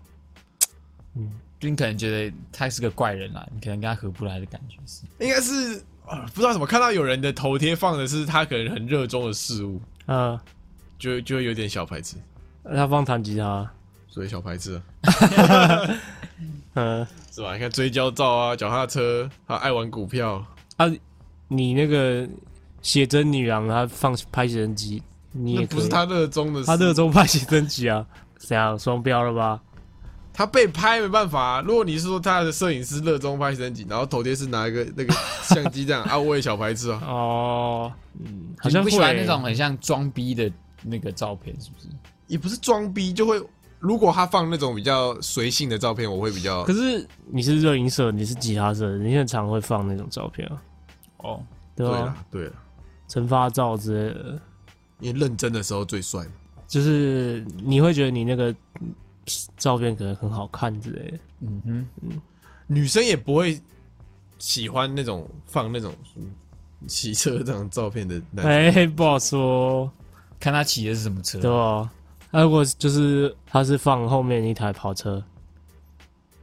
S3: 就你可能觉得他是个怪人啦，你可能跟他合不来的感觉是。
S2: 应该是啊，不知道怎么看到有人的头贴放的是他可能很热衷的事物，
S4: 嗯，
S2: 就就会有点小排斥，
S4: 他放弹吉他，
S2: 所以小排斥啊，
S4: 嗯，
S2: 是吧？你看追焦照啊，脚踏车，他爱玩股票，
S4: 啊，你那个写真女郎，她放拍写真集，你
S2: 那
S4: 也可
S2: 不
S4: 以
S2: 是他热衷的事，
S4: 她热衷拍写真集 啊，怎样双标了吧？
S2: 他被拍没办法、啊。如果你是说他的摄影师热衷拍升级，然后头贴是拿一个那个相机这 样啊，我也小排斥啊。
S4: 哦，嗯，好像
S3: 你
S4: 会
S3: 不喜欢那种很像装逼的那个照片，是不是？
S2: 也不是装逼，就会如果他放那种比较随性的照片，我会比较
S4: 可是你是热音社，你是吉他社，你很常会放那种照片啊，
S3: 哦，
S4: 对
S2: 对啊
S4: 吧、
S2: 啦，对啦，
S4: 惩罚照之类的，
S2: 因为认真的时候最帅嘛。
S4: 就是你会觉得你那个嗯照片可能很好看之类的。
S3: 嗯哼，
S2: 女生也不会喜欢那种放那种嗯骑车这种照片的男生。
S4: 哎、不好说，
S3: 看他骑的是什么车
S4: 对。吧？那、如果就是他是放后面一台跑车，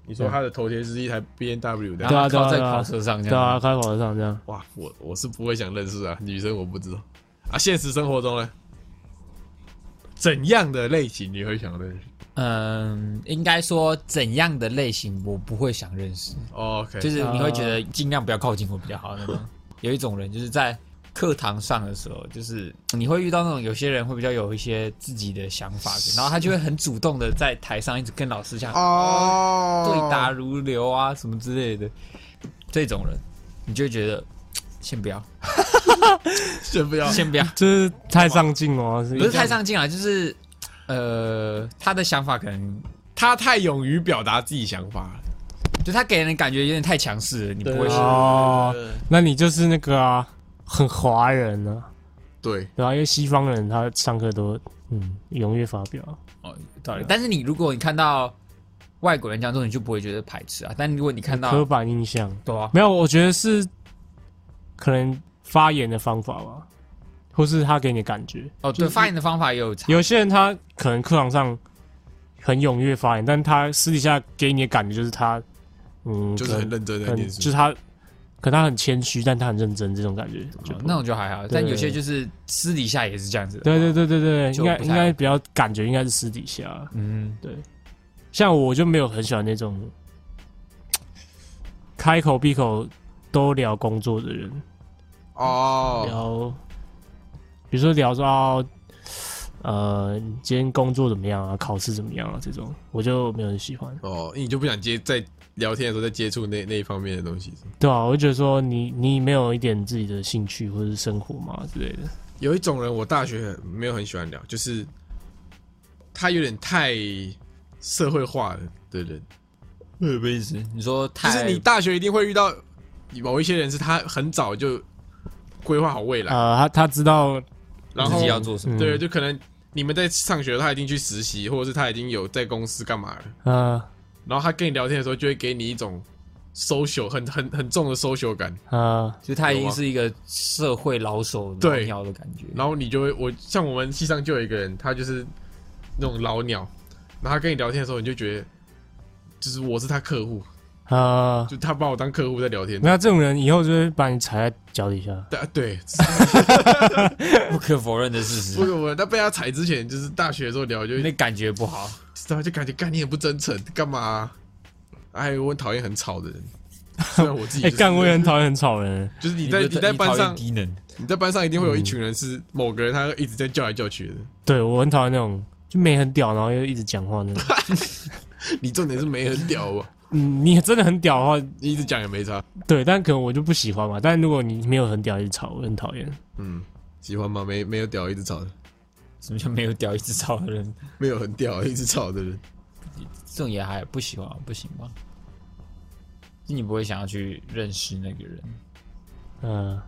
S2: 你说他的头贴是一台 B N W 的
S3: 然
S2: 啊，
S4: 对啊
S3: 后
S4: 对啊
S3: 靠在
S4: 对啊
S3: 跑车上这
S4: 对啊，
S3: 样，
S4: 开跑车上这样，
S2: 哇，我我是不会想认识啊，女生我不知道啊。现实生活中呢，怎样的类型你会想认识
S3: 嗯，应该说怎样的类型我不会想认识，
S2: 哦？OK，
S3: 就是你会觉得尽量不要靠近我比较好那种。 有一种人就是在课堂上的时候，就是你会遇到那种有些人会比较有一些自己的想法，然后他就会很主动的在台上一直跟老师讲
S2: 哦，
S3: 对答如流啊什么之类的，这种人你就会觉得先不要，
S2: 先不要
S3: 先不要，
S4: 就是太上镜哦，是
S3: 不是太上进啊，就是呃，他的想法可能
S2: 他太勇于表达自己想法了，
S3: 就他给人的感觉有点太强势了，你不会
S2: 对
S3: 喜
S2: 啊
S3: 欢。
S4: 哦，
S2: 呃
S4: 那你就是那个啊，很华人啊，
S2: 对，
S4: 对啊，因为西方人他上课都嗯踊跃发表，
S3: 哦，有道理。但是你如果你看到外国人讲这种，你就不会觉得排斥啊。但如果你看
S4: 刻
S3: 到
S4: 板印象
S3: 对啊，
S4: 没有，我觉得是可能发言的方法吧，或是他给你的感觉。
S3: 哦，对，发言的方法也有差。
S4: 有些人他可能课堂上很踊跃发言，但他私底下给你的感觉就是他嗯，
S2: 就是
S4: 可
S2: 很
S4: 能
S2: 认真的
S4: 很
S2: 念
S4: 就
S2: 书
S4: 是。他，可能他很谦虚，但他很认真，这种感觉。就
S3: 哦
S4: 不
S3: 那种就还好，但
S4: 对
S3: 有些就是私底下也是这样子的。
S4: 对对对对对，
S3: 就
S4: 应该
S3: 不
S4: 应
S3: 太
S4: 该比较感觉应该是私底下，
S3: 嗯，
S4: 对。像我就没有很喜欢那种开口闭口都聊工作的人，
S2: 哦，
S4: 聊，比如说聊说哦，呃，你今天工作怎么样啊，考试怎么样啊，这种我就没有很喜欢。
S2: 哦，你就不想接在聊天的时候再接触那那一方面的东西。是吗
S4: 对啊，我就觉得说你你没有一点自己的兴趣或者生活嘛之类的。
S2: 有一种人，我大学没有很喜欢聊，就是他有点太社会化了的人，
S3: 什么意思？你说
S2: 就
S3: 太
S2: 是你大学一定会遇到某一些人，是他很早就规划好未来，
S4: 呃，他他知道，
S2: 然
S3: 自
S2: 后
S3: 己要做什么？
S4: 嗯
S2: 对，就可能你们在上学，他已经去实习，或者是他已经有在公司干嘛了。
S4: 呃
S2: 然后他跟你聊天的时候，就会给你一种 social 很很很重的 social 感，
S4: 呃，
S3: 就是他已
S2: 有
S3: 经
S2: 啊
S3: 是一个社会老手老
S2: 对
S3: 鸟的感觉。
S2: 然后你就会我像我们系上就有一个人，他就是那种老鸟，然后他跟你聊天的时候，你就觉得就是我是他客户，
S4: 呃，
S2: 就他把我当客户在聊天。
S4: 那这种人以后就会把你踩在脚底下。
S2: 对啊 对，
S3: 不可否认的事
S2: 不
S3: 实，
S2: 不不，他被他踩之前，就是大学的时候聊，就
S3: 那感觉不好。
S2: 知道就感觉干你也不真诚，干嘛啊、哎，我很讨厌很吵的人。虽然我自己、
S4: 哎、
S2: 就是，
S4: 干我也很讨厌很吵人。
S2: 就是你在
S3: 不
S2: 你在班
S3: 讨厌
S2: 上，
S3: 低能，
S2: 你在班上一定会有一群人是某个人，他一直在叫来叫去的。
S4: 对我很讨厌那种就没很屌，然后又一直讲话那种。
S2: 你重点是没很屌吧？
S4: 嗯，你真的很屌的话，
S2: 你一直讲也没差。
S4: 对，但可能我就不喜欢嘛。但如果你没有很屌，一直吵，我很讨厌。
S2: 嗯，喜欢吗？没没有屌一直吵的，
S3: 什么叫没有屌一直吵的人？
S2: 没有很屌一直吵的人。
S3: 这种也还不喜欢，不行吧？就你不会想要去认识那个人，
S4: 嗯、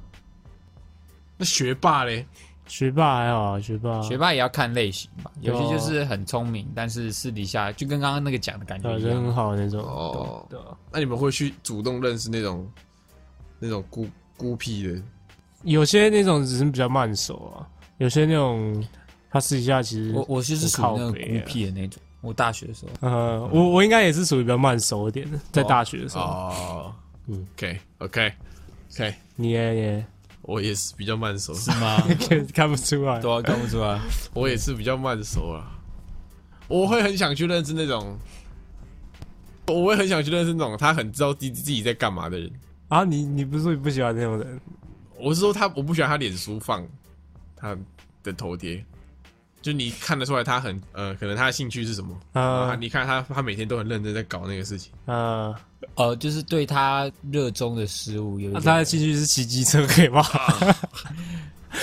S2: 那学霸嘞？
S4: 学霸还好啊，学霸，
S3: 学霸也要看类型吧。有些就是很聪明，但是私底下就跟刚刚那个讲的感觉
S4: 呃
S3: 一
S4: 人很
S3: 样。啊
S4: 好的那种。
S2: 哦
S4: 对啊，
S2: 那你们会去主动认识那种那种孤孤僻的？
S4: 有些那种只是比较慢熟啊，有些那种他私底下其实
S3: 我我就是属于那个
S4: 很靠北啊
S3: 孤僻的那种，我大学的时候，
S4: 呃，我我应该也是属于比较慢熟一点的，在大学的时候，
S2: 哦，嗯，OK OK OK，
S4: 你也
S3: 哦
S4: 也
S2: 我也是比较慢熟，
S3: 是 吗？
S4: 看不出来，
S3: 对啊，看不出来。
S2: 我也是比较慢熟啊。我会很想去认识那种，我会很想去认识那种他很知道自己自己在干嘛的人。
S4: 啊，你你不是说你不喜欢那种人？
S2: 我是说他，我不喜欢他脸书放他的头贴，就你看得出来他很呃，可能他的兴趣是什么啊、
S4: 啊
S2: 你看他，他每天都很认真在搞那个事情。
S4: 啊，
S3: 呃，就是对他热衷的事物有一
S4: 那
S3: 点
S4: 啊他的兴趣是骑机车，可以吗？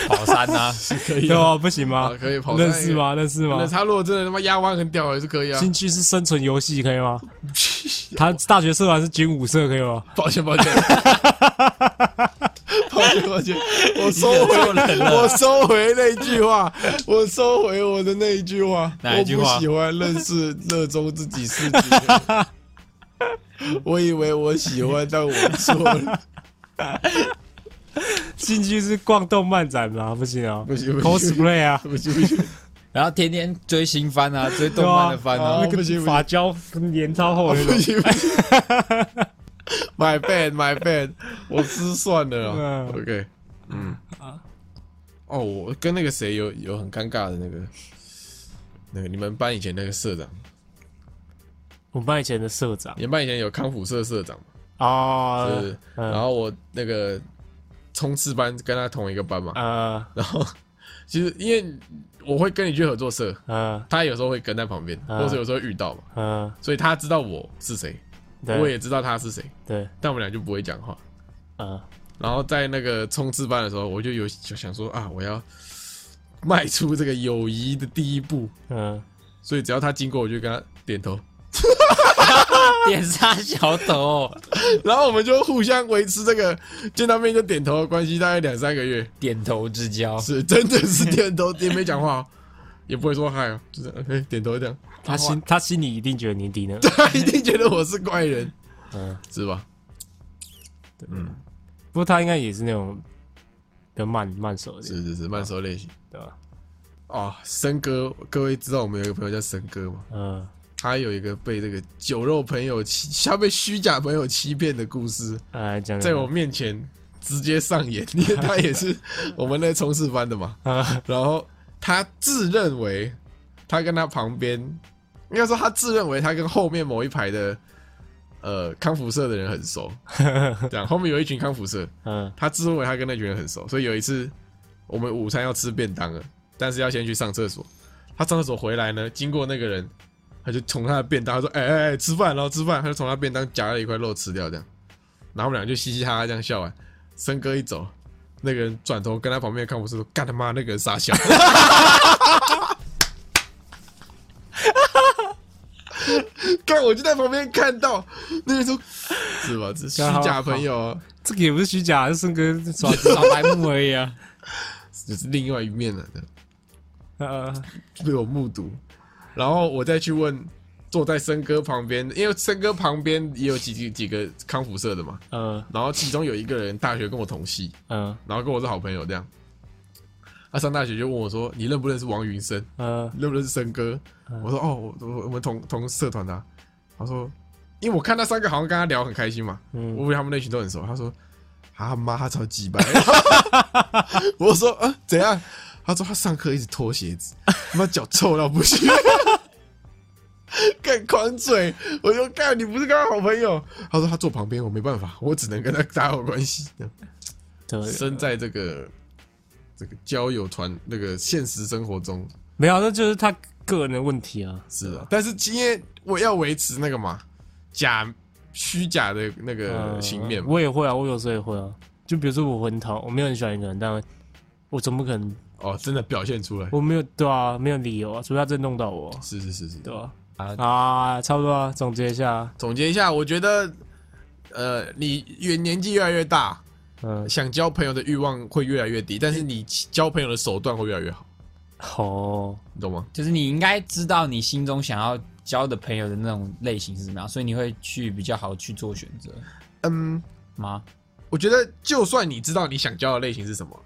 S3: 跑山 啊，
S4: 对啊，不行吗
S2: 啊？可以跑山
S4: 认识吗？认识
S2: 那
S4: 吗？
S2: 他如果真的他妈压弯很屌也是可以啊。
S4: 兴趣是生存游戏，可以吗？他大学社团是军武社，可 以吗？
S2: 抱歉抱歉，抱歉抱歉，我收回我收回那句话，我收回我的那一句话，
S3: 哪一句话
S2: 我不喜欢认识热衷自己事情的 人。我以为我喜欢，但我错 了。
S4: 兴趣是逛动漫展吗？不行啊
S2: 不行不行
S4: ，cosplay 啊，
S2: 不行不行，
S3: 然后天天追新番啊，追动漫的番啊
S2: 对啊，不行
S4: 那个
S2: 不行
S4: 发胶跟粘超厚的那
S2: 不
S4: 种。
S2: 行不行。My bad, my bad，我失算了啦。
S4: 嗯
S2: OK，嗯，
S4: 啊
S2: 哦，我跟那个谁有有很尴尬的那个，那个你们班以前那个社长，
S4: 我们班以前的 社长
S2: 你们班以前有康复社社长嘛？
S4: 啊，
S2: 是不是，
S4: 嗯
S2: 然后我那个冲刺班跟他同一个班嘛，
S4: 呃
S2: 然后 其实因为我会跟你去合作社，
S4: 呃
S2: 他有时候会跟在旁边，
S4: 嗯
S2: 或者有时候会遇到嘛，
S4: 呃，
S2: 所以他知道我是谁，我
S4: 对
S2: 也知道他是谁，
S4: 对
S2: 但我们俩就不会讲话。
S4: 呃
S2: 然后在那个冲刺班的时候，我就有就想说啊，我要迈出这个友谊的第一步，
S4: 呃，
S2: 所以只要他经过，我就跟他点头，
S3: 点杀小头，
S2: 然后我们就互相维持这个见到面就点头的关系，大概两三个月，
S3: 点头之 交。
S2: 是真的是点头，也没讲话哦，也不会说嗨哦，就是哎点头这样，
S4: 他心他心里一定觉得你低能，
S2: 他一定觉得我是怪人，
S4: 嗯，
S2: 是吧？
S4: 不过他应该也是那种比较慢慢熟的，
S2: 是是是，慢熟类型
S4: 对吧？
S2: 哦。森哥，各位知道我们有一个朋友叫森哥吗？
S4: 嗯，
S2: 他有一个被这个酒肉朋友欺，他被虚假朋友欺骗的故事。
S4: 呃，讲
S2: 在我面前直接上演，因为他也是我们那冲刺班的嘛。
S4: 啊
S2: 然后他自认为他跟他旁边，应该说他自认为他跟后面某一排的呃康复社的人很熟，这样后面有一群康复社，
S4: 嗯
S2: 他自认为他跟那群人很熟，所以有一次我们午餐要吃便当了，但是要先去上厕所。他上厕所回来呢，经过那个人，他就从他的便当，他说：“哎哎哎，吃饭喽，吃饭！”他就从他便当夹了一块肉吃掉，这样。然后我们俩就嘻嘻哈哈这样笑完。森哥一走，那个人转头跟他旁边的看护士说：“干他妈，那个人傻笑。” 干，我就在旁边看到，那个人说：“是吧？这是虚假朋友、啊。”
S4: 这个也不是虚假，是森哥耍
S3: 耍白目而 已啊！
S2: 就是另外一面了的，
S4: 呃
S2: 被我目睹。然后我再去问坐在森哥旁边，因为森哥旁边也有几几几个康复社的嘛，
S4: 呃
S2: 然后其中有一个人大学跟我同系，
S4: 呃
S2: 然后跟我是好朋友这样。他上大学就问我说：“你认不认识王云生？
S4: 呃，
S2: 你认不认识森哥？”我说：“哦，我我我们同同社团的啊、他说：“因为我看那三个好像跟他聊很开心嘛，
S4: 嗯
S2: 我以为他们那群都很熟。”他说：“啊妈，他超鸡掰。” 我说：“啊，怎样？”他说：“他上课一直脱鞋子，他妈脚臭到不行。” 干狂嘴，我就干你不是跟他好朋友？他说他坐旁边，我没办法，我只能跟他打好关系。这样
S4: 对，
S2: 身在这个这个交友团那个现实生活中
S4: 没有，那就是他个人的问题啊。
S2: 是啊，但是今天我要维持那个嘛假虚假的那个
S4: 呃
S2: 形面嘛，
S4: 我也会啊，我有时候也会啊。就比如说我很讨，我没有很喜欢一个人，但我怎么可能？
S2: 哦，真的表现出来，
S4: 我没有对啊，没有理由啊，除非他真弄到我，
S2: 是是是是。
S4: 对吧、
S3: 啊
S4: 啊，差不多啊，总结一下，
S2: 总结一下，我觉得呃，你越年纪越来越大，
S4: 嗯，
S2: 想交朋友的欲望会越来越低，但是你交朋友的手段会越来越好，
S4: 好，
S2: 你懂吗？
S3: 就是你应该知道你心中想要交的朋友的那种类型是什么样，所以你会去比较好去做选择
S2: 嗯，
S3: 吗？
S2: 我觉得就算你知道你想交的类型是什么，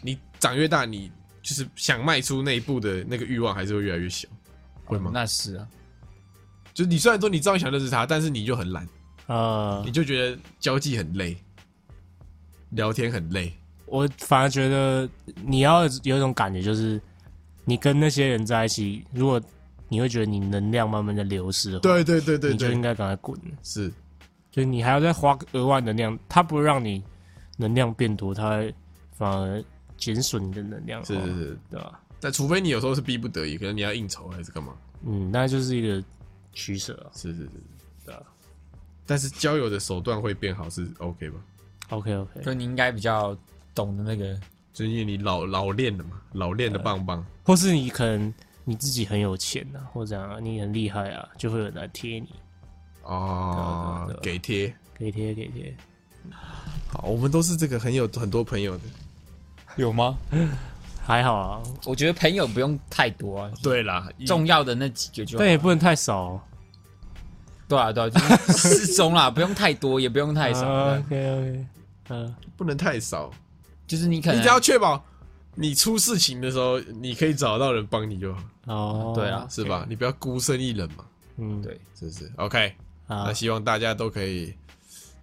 S2: 你长越大，
S4: 哦
S2: 你就是想迈出那一步的那个欲望还是会越来越小，会吗？
S3: 那是啊，
S2: 就你虽然说你知道你想认识他，但是你就很懒，
S4: 呃
S2: 你，就觉得交际很累，聊天很累。
S4: 我反而觉得你要有一种感觉，就是你跟那些人在一起，如果你会觉得你能量慢慢的流失的话，
S2: 对对对对
S4: 你就应
S2: 对，
S4: 该赶快滚。
S2: 是
S4: 就是你还要再花额外能量，它不会让你能量变多，它会反而减损你的能量，哦
S2: 是是是，
S4: 对吧？
S2: 但除非你有时候是逼不得已，可能你要应酬还是干嘛？
S4: 嗯，那就是一个取舍啊。
S2: 是是是，
S4: 对啊
S2: 但是交友的手段会变好是 OK 吧？
S4: OK OK，
S3: 就你应该比较懂得那个，
S2: 就是因为你老老练了嘛，老练的棒棒，
S4: 或是你可能你自己很有钱啊，或者、啊、你很厉害啊，就会有人来贴你，对啊对啊对
S2: 哦
S4: 啊，
S2: 给贴。
S4: 给贴给贴。
S2: 好，我们都是这个很有很多朋友的。
S3: 有吗？
S4: 还好啊，
S3: 我觉得朋友不用太多、啊，
S2: 对啦，一
S3: 重要的那几个就好
S4: 但也不能太少哦、
S3: 对啊对啊，就是适中啦，不 用太多，也不用太少，对
S4: OK OK，嗯、
S2: 不能太少，
S3: 就是你可
S2: 你
S3: 能
S2: 只要确保你出事情的时候，你可以找到人帮你就好，
S4: 哦，
S3: 对啊，
S2: 是吧？你不要孤身一人嘛，
S4: 嗯，
S3: 对
S2: 是不是？OK，
S4: 啊
S2: 那。希望大家都可以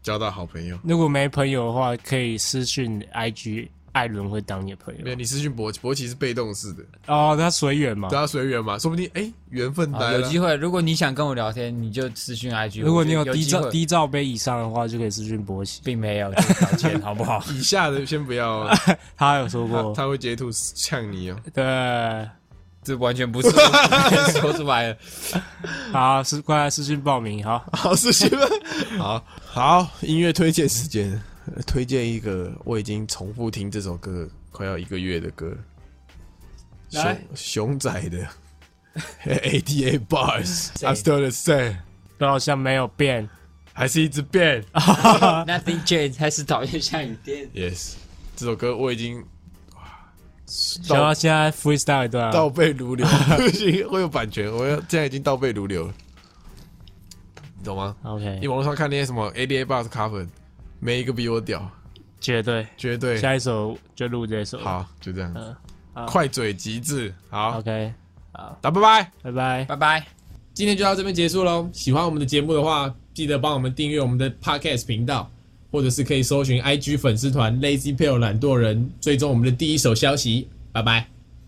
S2: 交到好朋友。
S4: 如果没朋友的话，可以私讯 IG，艾伦会当你的朋
S2: 没有，啊
S4: 友。
S2: 你私讯博博奇是被动式的，
S4: 哦，他随缘嘛
S2: 都。要随缘嘛，说不定哎缘分
S3: 啊
S2: 来
S3: 有
S2: 了
S3: 机。会，如果你想跟我聊天，你就私讯 IG。
S4: 如果你
S3: 有
S4: 低
S3: 机
S4: 罩
S3: 会，
S4: 低罩杯以上的话，就可以私讯博喜。
S3: 并没 有就是道歉，好 不好？
S2: 以下的先不要 哦，
S4: 他有说
S2: 他
S4: 过，
S2: 他会截图呛你哦。
S4: 对，
S3: 这完全不是我 说出 来的。
S4: 好，是快来私讯报名。好，
S2: 好事情吗？ 好好，音乐推荐时间，呃推荐一个我已经重复听这首歌快要一个月的歌了，熊
S3: 来
S2: 熊仔的 ATA Bars
S3: 谁
S2: I'm Still the Same，
S4: 都好像没有 变。
S2: 还是一直变。
S3: Nothing Jane 开始讨厌下雨天，
S2: Yes，这首歌我已经
S4: 想
S2: 哇
S4: 要现在 freestyle 一段、
S2: 倒
S4: 啊，
S2: 背如 流， 不行会有版权，我要现在已经倒背如流了，你懂吗？你
S4: OK，
S2: 网络上看那些什么 ATA Bars cover，没一个比我屌，
S4: 绝对。
S2: 绝对。
S4: 下一首就录这首。
S2: 好，就这样子。
S4: 嗯好
S2: 快嘴极致，好，
S4: ，OK，
S2: 打拜拜。
S4: 拜拜。
S3: 拜拜。
S1: 今天就到这边结束喽。喜欢我们的节目的话，记得帮我们订阅我们的 Podcast 频道，或者是可以搜寻 IG 粉丝团 Lazy p a l e 懒惰人，追踪我们的第一手消息。拜拜。